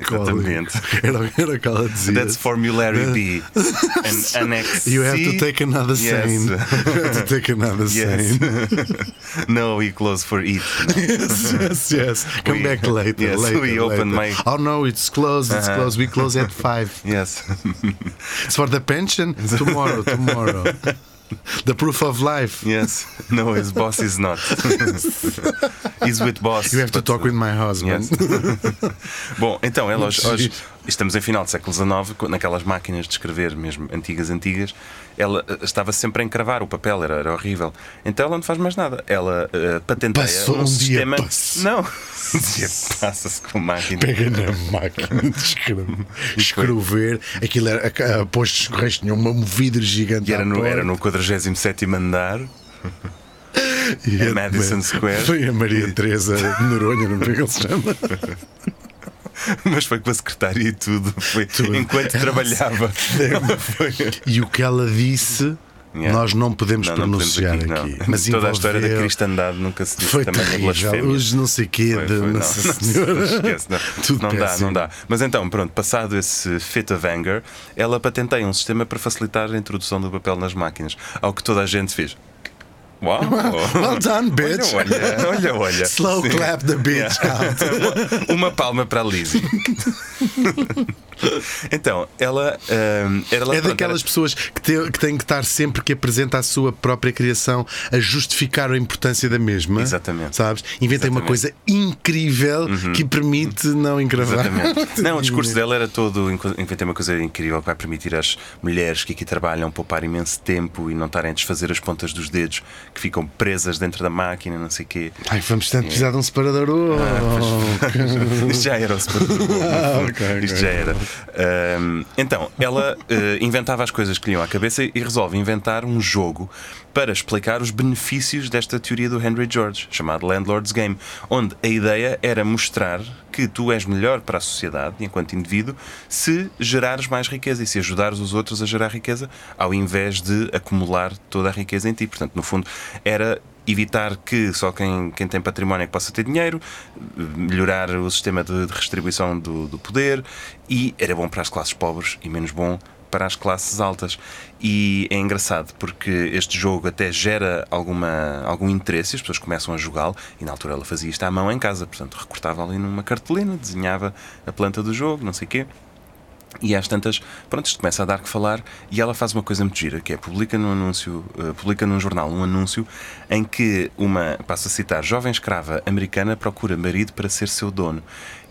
[SPEAKER 1] exatamente.
[SPEAKER 2] Era, era aquela dizia.
[SPEAKER 1] That's formulary B. And annex
[SPEAKER 2] You have
[SPEAKER 1] C.
[SPEAKER 2] to take another
[SPEAKER 1] Yes.
[SPEAKER 2] sane. You have to take another
[SPEAKER 1] Yes.
[SPEAKER 2] sane.
[SPEAKER 1] no, we close for it.
[SPEAKER 2] yes, yes, yes. Come
[SPEAKER 1] We-
[SPEAKER 2] back later.
[SPEAKER 1] yes,
[SPEAKER 2] later,
[SPEAKER 1] we open
[SPEAKER 2] later.
[SPEAKER 1] my- Uh-huh.
[SPEAKER 2] Oh no, it's closed. It's closed. We close at five.
[SPEAKER 1] Yes.
[SPEAKER 2] It's for the pension tomorrow. Tomorrow. the proof of life.
[SPEAKER 1] Yes. No, his boss is not. He's with boss.
[SPEAKER 2] You have to
[SPEAKER 1] but- uh,
[SPEAKER 2] talk with my husband.
[SPEAKER 1] Yes. Bom, então, ela, hoje, hoje- estamos em final do século XIX, quando- naquelas máquinas de escrever mesmo, antigas, antigas, ela eh, estava sempre a encravar o papel, era, era horrível. Então ela não faz mais nada. Ela eh, patenteia
[SPEAKER 2] Passou
[SPEAKER 1] um,
[SPEAKER 2] um dia,
[SPEAKER 1] sistema.
[SPEAKER 2] passou.
[SPEAKER 1] Não, Um dia passa-se com máquina.
[SPEAKER 2] Pega na máquina de escrever. escrever. Aquilo era. a- a- Pôs de correios, tinha um um vidro gigante.
[SPEAKER 1] E era
[SPEAKER 2] à
[SPEAKER 1] no,
[SPEAKER 2] porta.
[SPEAKER 1] era no 47 andar.
[SPEAKER 2] E a-
[SPEAKER 1] Madison Square.
[SPEAKER 2] Foi a Maria Teresa de Noronha, não sei como se chama.
[SPEAKER 1] Mas foi com a secretária e tudo. Foi enquanto
[SPEAKER 2] Ela-
[SPEAKER 1] trabalhava.
[SPEAKER 2] E o que ela disse,
[SPEAKER 1] Yeah.
[SPEAKER 2] nós não podemos
[SPEAKER 1] Não, não podemos
[SPEAKER 2] pronunciar aqui.
[SPEAKER 1] não.
[SPEAKER 2] Mas
[SPEAKER 1] Toda a história da
[SPEAKER 2] envolveu-
[SPEAKER 1] cristandade nunca se disse
[SPEAKER 2] Foi
[SPEAKER 1] também na blasfémia.
[SPEAKER 2] terrível. Os não sei quê
[SPEAKER 1] Foi, foi,
[SPEAKER 2] de
[SPEAKER 1] não,
[SPEAKER 2] Nossa
[SPEAKER 1] não,
[SPEAKER 2] Senhora.
[SPEAKER 1] esquece, não,
[SPEAKER 2] Tudo
[SPEAKER 1] não dá,
[SPEAKER 2] péssimo.
[SPEAKER 1] não dá. Mas então, pronto, passado esse fit of anger, ela patenteia um sistema para facilitar a introdução do papel nas máquinas, ao que toda a gente fez. Uau!
[SPEAKER 2] Well done, bitch.
[SPEAKER 1] Olha, olha, olha.
[SPEAKER 2] Slow
[SPEAKER 1] Sim.
[SPEAKER 2] clap the bitch out.
[SPEAKER 1] Uma palma para a Lizzie. então, ela, ahm, era lá
[SPEAKER 2] É
[SPEAKER 1] pronto,
[SPEAKER 2] daquelas
[SPEAKER 1] era-
[SPEAKER 2] pessoas que, te, que têm que estar sempre que apresenta a sua própria criação a justificar a importância da mesma.
[SPEAKER 1] Exatamente.
[SPEAKER 2] Sabes? Inventem
[SPEAKER 1] Exatamente.
[SPEAKER 2] uma
[SPEAKER 1] Uhum.
[SPEAKER 2] coisa incrível que permite não encravar.
[SPEAKER 1] Exatamente. Não, o discurso dela era todo. inco- Inventei uma coisa incrível que vai permitir às mulheres que aqui trabalham poupar imenso tempo e não estarem a desfazer as pontas dos dedos que ficam presas dentro da máquina, não sei o quê.
[SPEAKER 2] Ai, vamos tanto precisar de um separador. Oh,
[SPEAKER 1] Ah, Isto já era o Super Bowl, no fundo.
[SPEAKER 2] Ah, ok,
[SPEAKER 1] Isto
[SPEAKER 2] ok.
[SPEAKER 1] já era. Ahm, então, ela eh, inventava as coisas que lhe iam à cabeça e resolve inventar um jogo para explicar os benefícios desta teoria do Henry George, chamado Landlord's Game, onde a ideia era mostrar que tu és melhor para a sociedade, enquanto indivíduo, se gerares mais riqueza e se ajudares os outros a gerar riqueza, ao invés de acumular toda a riqueza em ti. Portanto, no fundo, era evitar que só quem, quem tem património é que possa ter dinheiro, melhorar o sistema de, de redistribuição do, do poder e era bom para as classes pobres e menos bom para as classes altas. E é engraçado porque este jogo até gera alguma, algum interesse, as pessoas começam a jogá-lo e na altura ela fazia isto à mão em casa, portanto recortava ali numa cartolina, desenhava a planta do jogo, não sei o quê. E às tantas, pronto, isto começa a dar que falar e ela faz uma coisa muito gira, que é publica num anúncio, eh, publica num jornal um anúncio em que uma, passo a citar, jovem escrava americana procura marido para ser seu dono.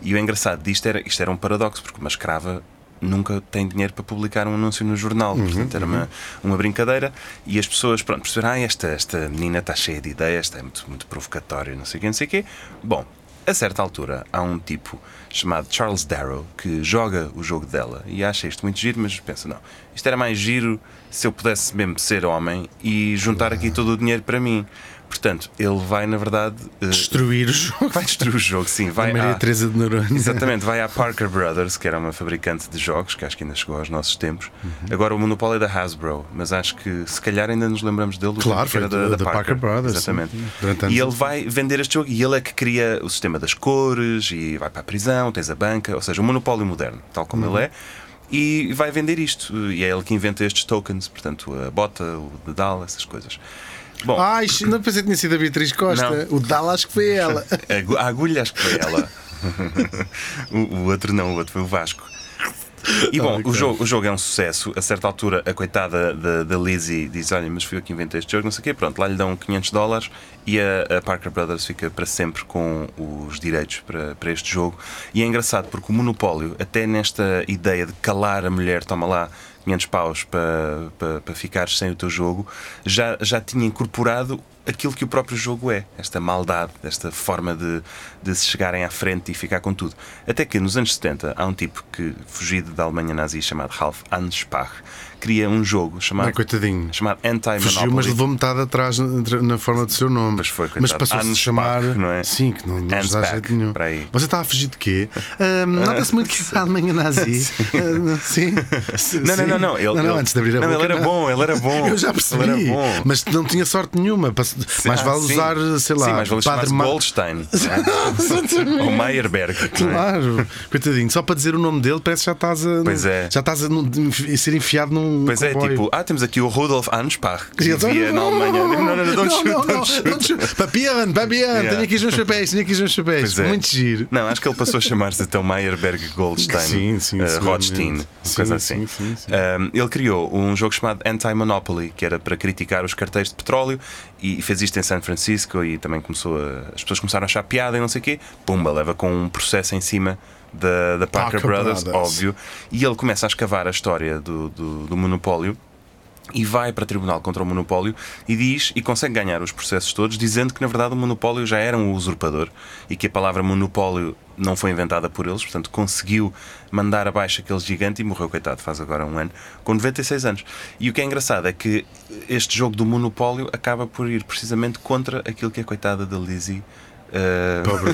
[SPEAKER 1] E o engraçado disto era, isto era um paradoxo, porque uma escrava nunca tem dinheiro para publicar um anúncio no jornal, portanto era uma, uma brincadeira e as pessoas, pronto, perceberam, ah, esta, esta menina está cheia de ideias, está muito, muito provocatória, não sei o quê, não sei o quê. Bom, a certa altura, há um tipo chamado Charles Darrow que joga o jogo dela e acha isto muito giro, mas pensa: não, isto era mais giro se eu pudesse mesmo ser homem e juntar aqui todo o dinheiro para mim. Portanto, ele vai, na verdade, eh,
[SPEAKER 2] Destruir o jogo.
[SPEAKER 1] vai destruir o jogo, sim.
[SPEAKER 2] A
[SPEAKER 1] Vai ah.
[SPEAKER 2] Maria
[SPEAKER 1] à-
[SPEAKER 2] Teresa de Noronha.
[SPEAKER 1] Exatamente, vai à Parker Brothers, que era uma fabricante de jogos, que acho que ainda chegou aos nossos tempos.
[SPEAKER 2] Uhum.
[SPEAKER 1] Agora o monopólio é da Hasbro, mas acho que se calhar ainda nos lembramos dele. do tempo
[SPEAKER 2] Claro,
[SPEAKER 1] que era
[SPEAKER 2] foi da- da Parker Brothers,
[SPEAKER 1] Exatamente.
[SPEAKER 2] sim, durante anos.
[SPEAKER 1] E ele vai vender este jogo e ele é que cria o sistema das cores e vai para a prisão, tens a banca, ou seja, o monopólio moderno, tal como ele
[SPEAKER 2] Uhum.
[SPEAKER 1] é. E vai vender isto. E é ele que inventa estes tokens, portanto, a bota, o dedal, essas coisas. Bom,
[SPEAKER 2] Ai, não pensei que tinha sido a Beatriz Costa. O Dal acho que foi ela.
[SPEAKER 1] a agu- a agulha acho que foi ela. o, o outro não, o outro foi o Vasco. E bom, o, jogo, o jogo é um sucesso. A certa altura, a coitada da, da Lizzie diz: Olha, mas fui eu que inventei este jogo, não sei o quê. Pronto, lá lhe dão 500 dólares e a, a Parker Brothers fica para sempre com os direitos para, para este jogo. E é engraçado porque o monopólio, até nesta ideia de calar a mulher, toma lá 500 paus para, para, para ficares sem o teu jogo, já, já tinha incorporado aquilo que o próprio jogo é, esta maldade, esta forma de, de se chegarem à frente e ficar com tudo. Até que nos anos 70 há um tipo que, fugido da Alemanha nazi, chamado Ralf Anspach, cria um jogo chamado,
[SPEAKER 2] Não, coitadinho.
[SPEAKER 1] chamado
[SPEAKER 2] Fugiu, mas
[SPEAKER 1] Anti-Monopoly.
[SPEAKER 2] levou metade atrás na, na forma do seu nome.
[SPEAKER 1] Pois foi, coitado.
[SPEAKER 2] mas passou-se a
[SPEAKER 1] Hans
[SPEAKER 2] chamar.
[SPEAKER 1] Bach, não é?
[SPEAKER 2] Sim, que não, não
[SPEAKER 1] Hans
[SPEAKER 2] nos dá
[SPEAKER 1] Bach,
[SPEAKER 2] jeito nenhum.
[SPEAKER 1] para aí. Ah.
[SPEAKER 2] Você estava a fugir de quê? Ahm, Nota-se muito que a Alemanha nazi. Ah, sim. Sim.
[SPEAKER 1] Não, não, não, não. Ele,
[SPEAKER 2] assim. não,
[SPEAKER 1] ele-
[SPEAKER 2] antes de abrir a
[SPEAKER 1] não,
[SPEAKER 2] boca.
[SPEAKER 1] ele era
[SPEAKER 2] não.
[SPEAKER 1] bom, ele era bom.
[SPEAKER 2] Eu já percebi,
[SPEAKER 1] Ele era bom. Ah,
[SPEAKER 2] mas não tinha sorte nenhuma. Passou- mais vale
[SPEAKER 1] sim.
[SPEAKER 2] usar, sei lá,
[SPEAKER 1] Sim, mais vale chamar-se
[SPEAKER 2] Ma-
[SPEAKER 1] Goldstein. não é? Ou Meyerberg. não é?
[SPEAKER 2] Claro, coitadinho, só para dizer o nome dele parece que já estás a,
[SPEAKER 1] Pois é.
[SPEAKER 2] já estás a, num- a ser enfiado num.
[SPEAKER 1] Pois é,
[SPEAKER 2] comboio.
[SPEAKER 1] tipo, ah, temos aqui o Rudolf Anspach, que
[SPEAKER 2] Exato.
[SPEAKER 1] vivia na Alemanha. Não, não, não, don't
[SPEAKER 2] Não,
[SPEAKER 1] shoot,
[SPEAKER 2] não, não,
[SPEAKER 1] don't
[SPEAKER 2] don't shoot. Papiano, papiano,
[SPEAKER 1] Yeah.
[SPEAKER 2] tenho aqui os meus papéis, tenho aqui os meus papéis.
[SPEAKER 1] Pois é.
[SPEAKER 2] Muito giro.
[SPEAKER 1] Não, acho que ele passou a chamar-se então Meyerberg Goldstein.
[SPEAKER 2] Sim, sim,
[SPEAKER 1] eh,
[SPEAKER 2] seguramente.
[SPEAKER 1] Rothstein, uma
[SPEAKER 2] Sim,
[SPEAKER 1] coisa assim.
[SPEAKER 2] sim, sim, sim.
[SPEAKER 1] Ahm, ele criou um jogo chamado Anti-Monopoly, que era para criticar os cartéis de petróleo, e fez isto em San Francisco. E também começou a- as pessoas começaram a achar piada e não sei o quê. Pumba, leva com um processo em cima. Da, da Parker
[SPEAKER 2] Parker
[SPEAKER 1] Brothers,
[SPEAKER 2] Brothers.
[SPEAKER 1] óbvio, e ele começa a escavar a história do- do, do monopólio e vai para tribunal contra o monopólio e diz e consegue ganhar os processos todos dizendo que na verdade o monopólio já era um usurpador e que a palavra monopólio não foi inventada por eles, portanto conseguiu mandar abaixo aquele gigante e morreu, coitado, faz agora um ano, com 96 anos. E o que é engraçado é que este jogo do monopólio acaba por ir precisamente contra aquilo que a coitada da Lizzie eh,
[SPEAKER 2] Pobre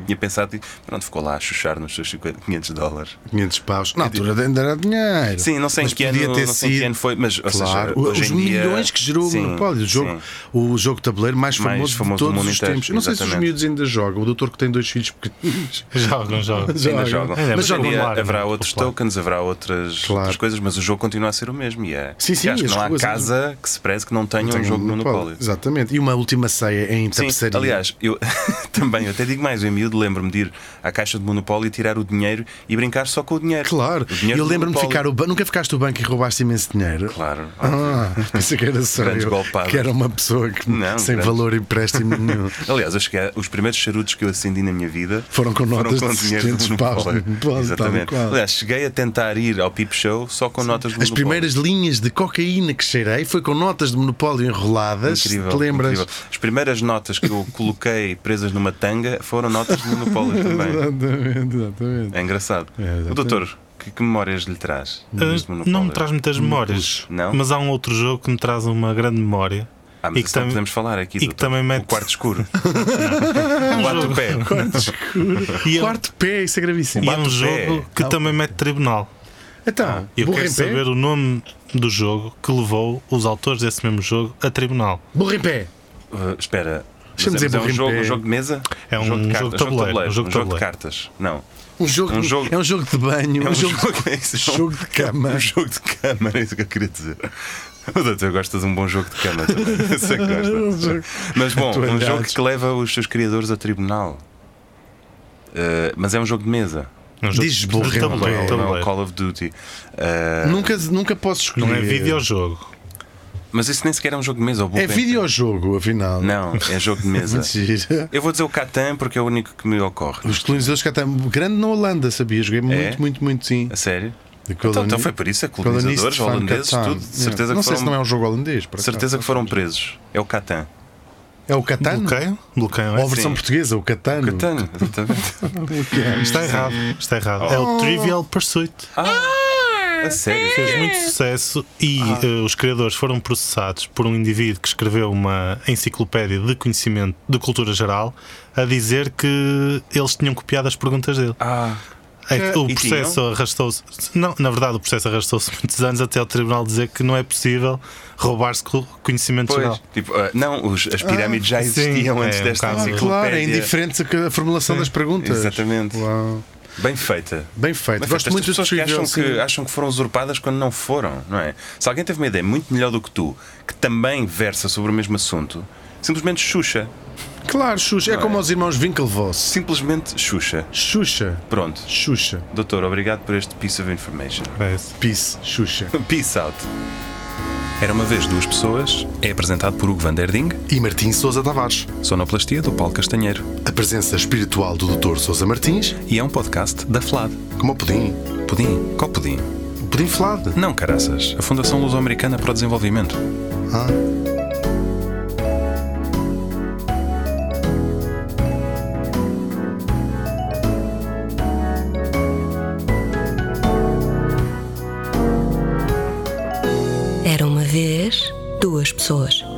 [SPEAKER 1] tinha pensado e pronto, ficou lá a chuchar nos seus 50, 500 dólares.
[SPEAKER 2] 500 paus. Na altura ainda era dinheiro.
[SPEAKER 1] Sim, não sei em
[SPEAKER 2] Mas
[SPEAKER 1] que
[SPEAKER 2] podia
[SPEAKER 1] ano,
[SPEAKER 2] ter
[SPEAKER 1] não sei em que
[SPEAKER 2] sido.
[SPEAKER 1] ano foi, mas ou
[SPEAKER 2] Claro,
[SPEAKER 1] seja, hoje
[SPEAKER 2] os
[SPEAKER 1] em dia-
[SPEAKER 2] milhões que gerou
[SPEAKER 1] Sim,
[SPEAKER 2] o monopólio. O jogo,
[SPEAKER 1] sim.
[SPEAKER 2] o jogo de tabuleiro mais
[SPEAKER 1] Mais
[SPEAKER 2] famoso,
[SPEAKER 1] famoso
[SPEAKER 2] de
[SPEAKER 1] do
[SPEAKER 2] todos
[SPEAKER 1] mundo
[SPEAKER 2] os
[SPEAKER 1] inteiro,
[SPEAKER 2] tempos. Eu Não sei se os
[SPEAKER 1] exatamente.
[SPEAKER 2] miúdos ainda jogam. O doutor que tem dois filhos pequeninos.
[SPEAKER 3] Jogam, jogam.
[SPEAKER 1] Ainda jogam.
[SPEAKER 3] É,
[SPEAKER 1] mas
[SPEAKER 3] mas
[SPEAKER 1] hoje em
[SPEAKER 3] jogam
[SPEAKER 1] dia
[SPEAKER 3] lá, não é?
[SPEAKER 1] haverá outros
[SPEAKER 3] Popular.
[SPEAKER 1] tokens, haverá outras,
[SPEAKER 2] Claro.
[SPEAKER 1] outras coisas, mas o jogo continua a ser o mesmo. E é.
[SPEAKER 2] Sim, sim,
[SPEAKER 1] e acho que
[SPEAKER 2] as
[SPEAKER 1] não há
[SPEAKER 2] coisas-
[SPEAKER 1] casa que se preze que não tenha um
[SPEAKER 2] Tem
[SPEAKER 1] jogo de monopólio.
[SPEAKER 2] Exatamente. E uma última ceia em
[SPEAKER 1] Sim,
[SPEAKER 2] tapeçaria.
[SPEAKER 1] aliás, eu também eu até digo mais, eu em miúdo lembro-me de ir à caixa de monopólio e tirar o dinheiro e brincar só com o dinheiro.
[SPEAKER 2] Claro.
[SPEAKER 1] O dinheiro
[SPEAKER 2] Eu
[SPEAKER 1] do
[SPEAKER 2] lembro-me de
[SPEAKER 1] Monopólio.
[SPEAKER 2] ficar o banco. Nunca ficaste o banco e roubaste imenso dinheiro.
[SPEAKER 1] Claro.
[SPEAKER 2] Ah, pensei que era só
[SPEAKER 1] Grandes
[SPEAKER 2] eu,
[SPEAKER 1] golpadas.
[SPEAKER 2] que era uma pessoa que,
[SPEAKER 1] Não,
[SPEAKER 2] sem
[SPEAKER 1] grandes.
[SPEAKER 2] valor empréstimo nenhum.
[SPEAKER 1] Aliás, eu cheguei a- os primeiros charutos que eu acendi na minha vida
[SPEAKER 2] Foram com notas
[SPEAKER 1] com
[SPEAKER 2] de
[SPEAKER 1] dinheiro do
[SPEAKER 2] 600 paus.
[SPEAKER 1] Monopólio.
[SPEAKER 2] Pronto, tal e
[SPEAKER 1] Exatamente.
[SPEAKER 2] qual.
[SPEAKER 1] Aliás, cheguei a tentar ir ao Peep Show só com notas do
[SPEAKER 2] As
[SPEAKER 1] Monopólio.
[SPEAKER 2] primeiras linhas de cocaína que cheirei foi com notas de monopólio enroladas.
[SPEAKER 1] Incrível,
[SPEAKER 2] te lembras?
[SPEAKER 1] incrível. As primeiras notas que eu coloquei presas numa tanga foram notas de monopólio também.
[SPEAKER 2] Exatamente, exatamente.
[SPEAKER 1] É engraçado.
[SPEAKER 2] É exatamente.
[SPEAKER 1] o doutor, que, que memórias lhe traz? deste
[SPEAKER 3] Ah, Não me traz muitas memórias,
[SPEAKER 1] Não?
[SPEAKER 3] mas há um outro jogo que me traz uma grande memória.
[SPEAKER 1] Ah, mas
[SPEAKER 3] e que
[SPEAKER 1] isso não
[SPEAKER 3] tam-
[SPEAKER 1] podemos falar aqui.
[SPEAKER 3] e que
[SPEAKER 1] doutor.
[SPEAKER 3] também mete-
[SPEAKER 1] O quarto escuro.
[SPEAKER 3] É um
[SPEAKER 1] o quarto
[SPEAKER 3] jogo-
[SPEAKER 1] pé.
[SPEAKER 3] E é,
[SPEAKER 2] Quarto pé, isso é gravíssimo.
[SPEAKER 3] e é um
[SPEAKER 1] bate-pé.
[SPEAKER 3] jogo que
[SPEAKER 2] Ah.
[SPEAKER 3] também mete tribunal.
[SPEAKER 2] Então,
[SPEAKER 3] Eu
[SPEAKER 2] burro
[SPEAKER 3] quero
[SPEAKER 2] em pé.
[SPEAKER 3] saber o nome do jogo que levou os autores desse mesmo jogo a tribunal.
[SPEAKER 2] Burro em pé.
[SPEAKER 1] Uh, espera. Mas
[SPEAKER 2] Deixa-me
[SPEAKER 1] é-
[SPEAKER 2] dizer
[SPEAKER 1] mas é
[SPEAKER 2] burro
[SPEAKER 1] um
[SPEAKER 2] em
[SPEAKER 1] jogo,
[SPEAKER 2] pé.
[SPEAKER 1] um jogo de mesa?
[SPEAKER 3] É um jogo de
[SPEAKER 1] cartas,
[SPEAKER 3] tabuleiro,
[SPEAKER 1] Um jogo de,
[SPEAKER 3] tabuleiro.
[SPEAKER 1] cartas. Não.
[SPEAKER 2] Um jogo,
[SPEAKER 1] Um jogo-
[SPEAKER 2] É um jogo de banho, um, jogo,
[SPEAKER 1] é isso, é um-
[SPEAKER 2] jogo de cama.
[SPEAKER 1] Um jogo de cama, era isso que eu queria dizer. O doutor gosta de um bom jogo de cama também. Eu sei que gosta. Mas bom,
[SPEAKER 2] Tu
[SPEAKER 1] um
[SPEAKER 2] andares.
[SPEAKER 1] jogo que leva os seus criadores a tribunal. Uh, mas é um jogo de mesa,
[SPEAKER 3] É um jogo
[SPEAKER 2] Diz burro em
[SPEAKER 3] de tabuleiro.
[SPEAKER 2] pé.
[SPEAKER 1] não é o
[SPEAKER 3] tabuleiro.
[SPEAKER 1] Call of Duty. Uh,
[SPEAKER 2] Nunca, nunca posso escolher.
[SPEAKER 3] Não é videojogo.
[SPEAKER 1] mas isso nem sequer é um jogo de mesa. ou
[SPEAKER 2] É
[SPEAKER 1] burro em-
[SPEAKER 2] videojogo, afinal.
[SPEAKER 1] Não, é jogo de mesa.
[SPEAKER 2] Mentira.
[SPEAKER 1] Eu vou dizer o Catan porque é o único que me ocorre.
[SPEAKER 2] Os colonizadores cá estão grande na Holanda, sabia?
[SPEAKER 1] É?
[SPEAKER 2] Joguei muito, muito, muito, sim.
[SPEAKER 1] A sério?
[SPEAKER 2] De
[SPEAKER 1] Então, então
[SPEAKER 2] coloni-
[SPEAKER 1] foi por isso, é
[SPEAKER 2] colonistas
[SPEAKER 1] colonizadores,
[SPEAKER 2] de Fan
[SPEAKER 1] holandeses,
[SPEAKER 2] Catan.
[SPEAKER 1] tudo. de
[SPEAKER 2] Yeah.
[SPEAKER 1] Certeza
[SPEAKER 2] não
[SPEAKER 1] que
[SPEAKER 2] sei
[SPEAKER 1] foram,
[SPEAKER 2] se não é um jogo holandês. por acaso.
[SPEAKER 1] certeza que foram presos. É o Catan.
[SPEAKER 2] É o Catano?
[SPEAKER 3] Bloqueio? Bloqueio
[SPEAKER 2] Ou a
[SPEAKER 3] é?
[SPEAKER 2] versão
[SPEAKER 1] Sim.
[SPEAKER 2] portuguesa, o Catano.
[SPEAKER 1] Catan, exatamente.
[SPEAKER 3] Está errado. Está errado. É
[SPEAKER 2] Oh.
[SPEAKER 3] o Trivial Pursuit.
[SPEAKER 1] A sério?
[SPEAKER 3] Fez muito sucesso e
[SPEAKER 2] Ah.
[SPEAKER 3] eh, os criadores foram processados por um indivíduo que escreveu uma enciclopédia de conhecimento de cultura geral a dizer que eles tinham copiado as perguntas dele.
[SPEAKER 1] Ah,
[SPEAKER 3] É que o
[SPEAKER 1] E
[SPEAKER 3] processo arrastou-se. Não, na verdade, o processo arrastou-se muitos anos até ao tribunal dizer que não é possível roubar-se co- conhecimento
[SPEAKER 1] Pois,
[SPEAKER 3] geral.
[SPEAKER 1] tipo, ah, não, os- as pirâmides já
[SPEAKER 3] sim,
[SPEAKER 1] existiam
[SPEAKER 3] é,
[SPEAKER 1] antes
[SPEAKER 3] um
[SPEAKER 1] desta
[SPEAKER 3] bocado.
[SPEAKER 2] Ah,
[SPEAKER 1] enciclopédia.
[SPEAKER 2] claro, é indiferente a formulação das perguntas.
[SPEAKER 1] Exatamente.
[SPEAKER 2] Uau.
[SPEAKER 1] Bem feita.
[SPEAKER 2] Bem
[SPEAKER 1] Bem
[SPEAKER 2] feito.
[SPEAKER 1] feita.
[SPEAKER 2] Gosto
[SPEAKER 1] As
[SPEAKER 2] muito
[SPEAKER 1] pessoas
[SPEAKER 2] de
[SPEAKER 1] que acham,
[SPEAKER 2] Trivial,
[SPEAKER 1] que
[SPEAKER 2] sim.
[SPEAKER 1] acham que foram usurpadas quando não foram, não é? Se alguém teve uma ideia muito melhor do que tu, que também versa sobre o mesmo assunto, simplesmente Xuxa.
[SPEAKER 2] Claro, Xuxa. É como os irmãos Winklevoss.
[SPEAKER 1] Simplesmente Xuxa.
[SPEAKER 2] Xuxa.
[SPEAKER 1] Pronto.
[SPEAKER 2] Xuxa.
[SPEAKER 1] Doutor, obrigado por este piece of information.
[SPEAKER 3] Parece.
[SPEAKER 2] Peace. Xuxa.
[SPEAKER 1] Peace out. Era uma vez duas pessoas. É apresentado por Hugo Van Der Ding,
[SPEAKER 2] E Martim Sousa Tavares.
[SPEAKER 1] sonoplastia do Paulo Castanheiro.
[SPEAKER 2] A presença espiritual do Dr. Sousa Martins.
[SPEAKER 1] E é um podcast da FLAD.
[SPEAKER 2] Como o pudim.
[SPEAKER 1] Pudim? Qual pudim?
[SPEAKER 2] O pudim flado.
[SPEAKER 1] Não, caraças. A Fundação Luso-Americana para o Desenvolvimento.
[SPEAKER 2] Ah.
[SPEAKER 5] Era uma vez duas pessoas.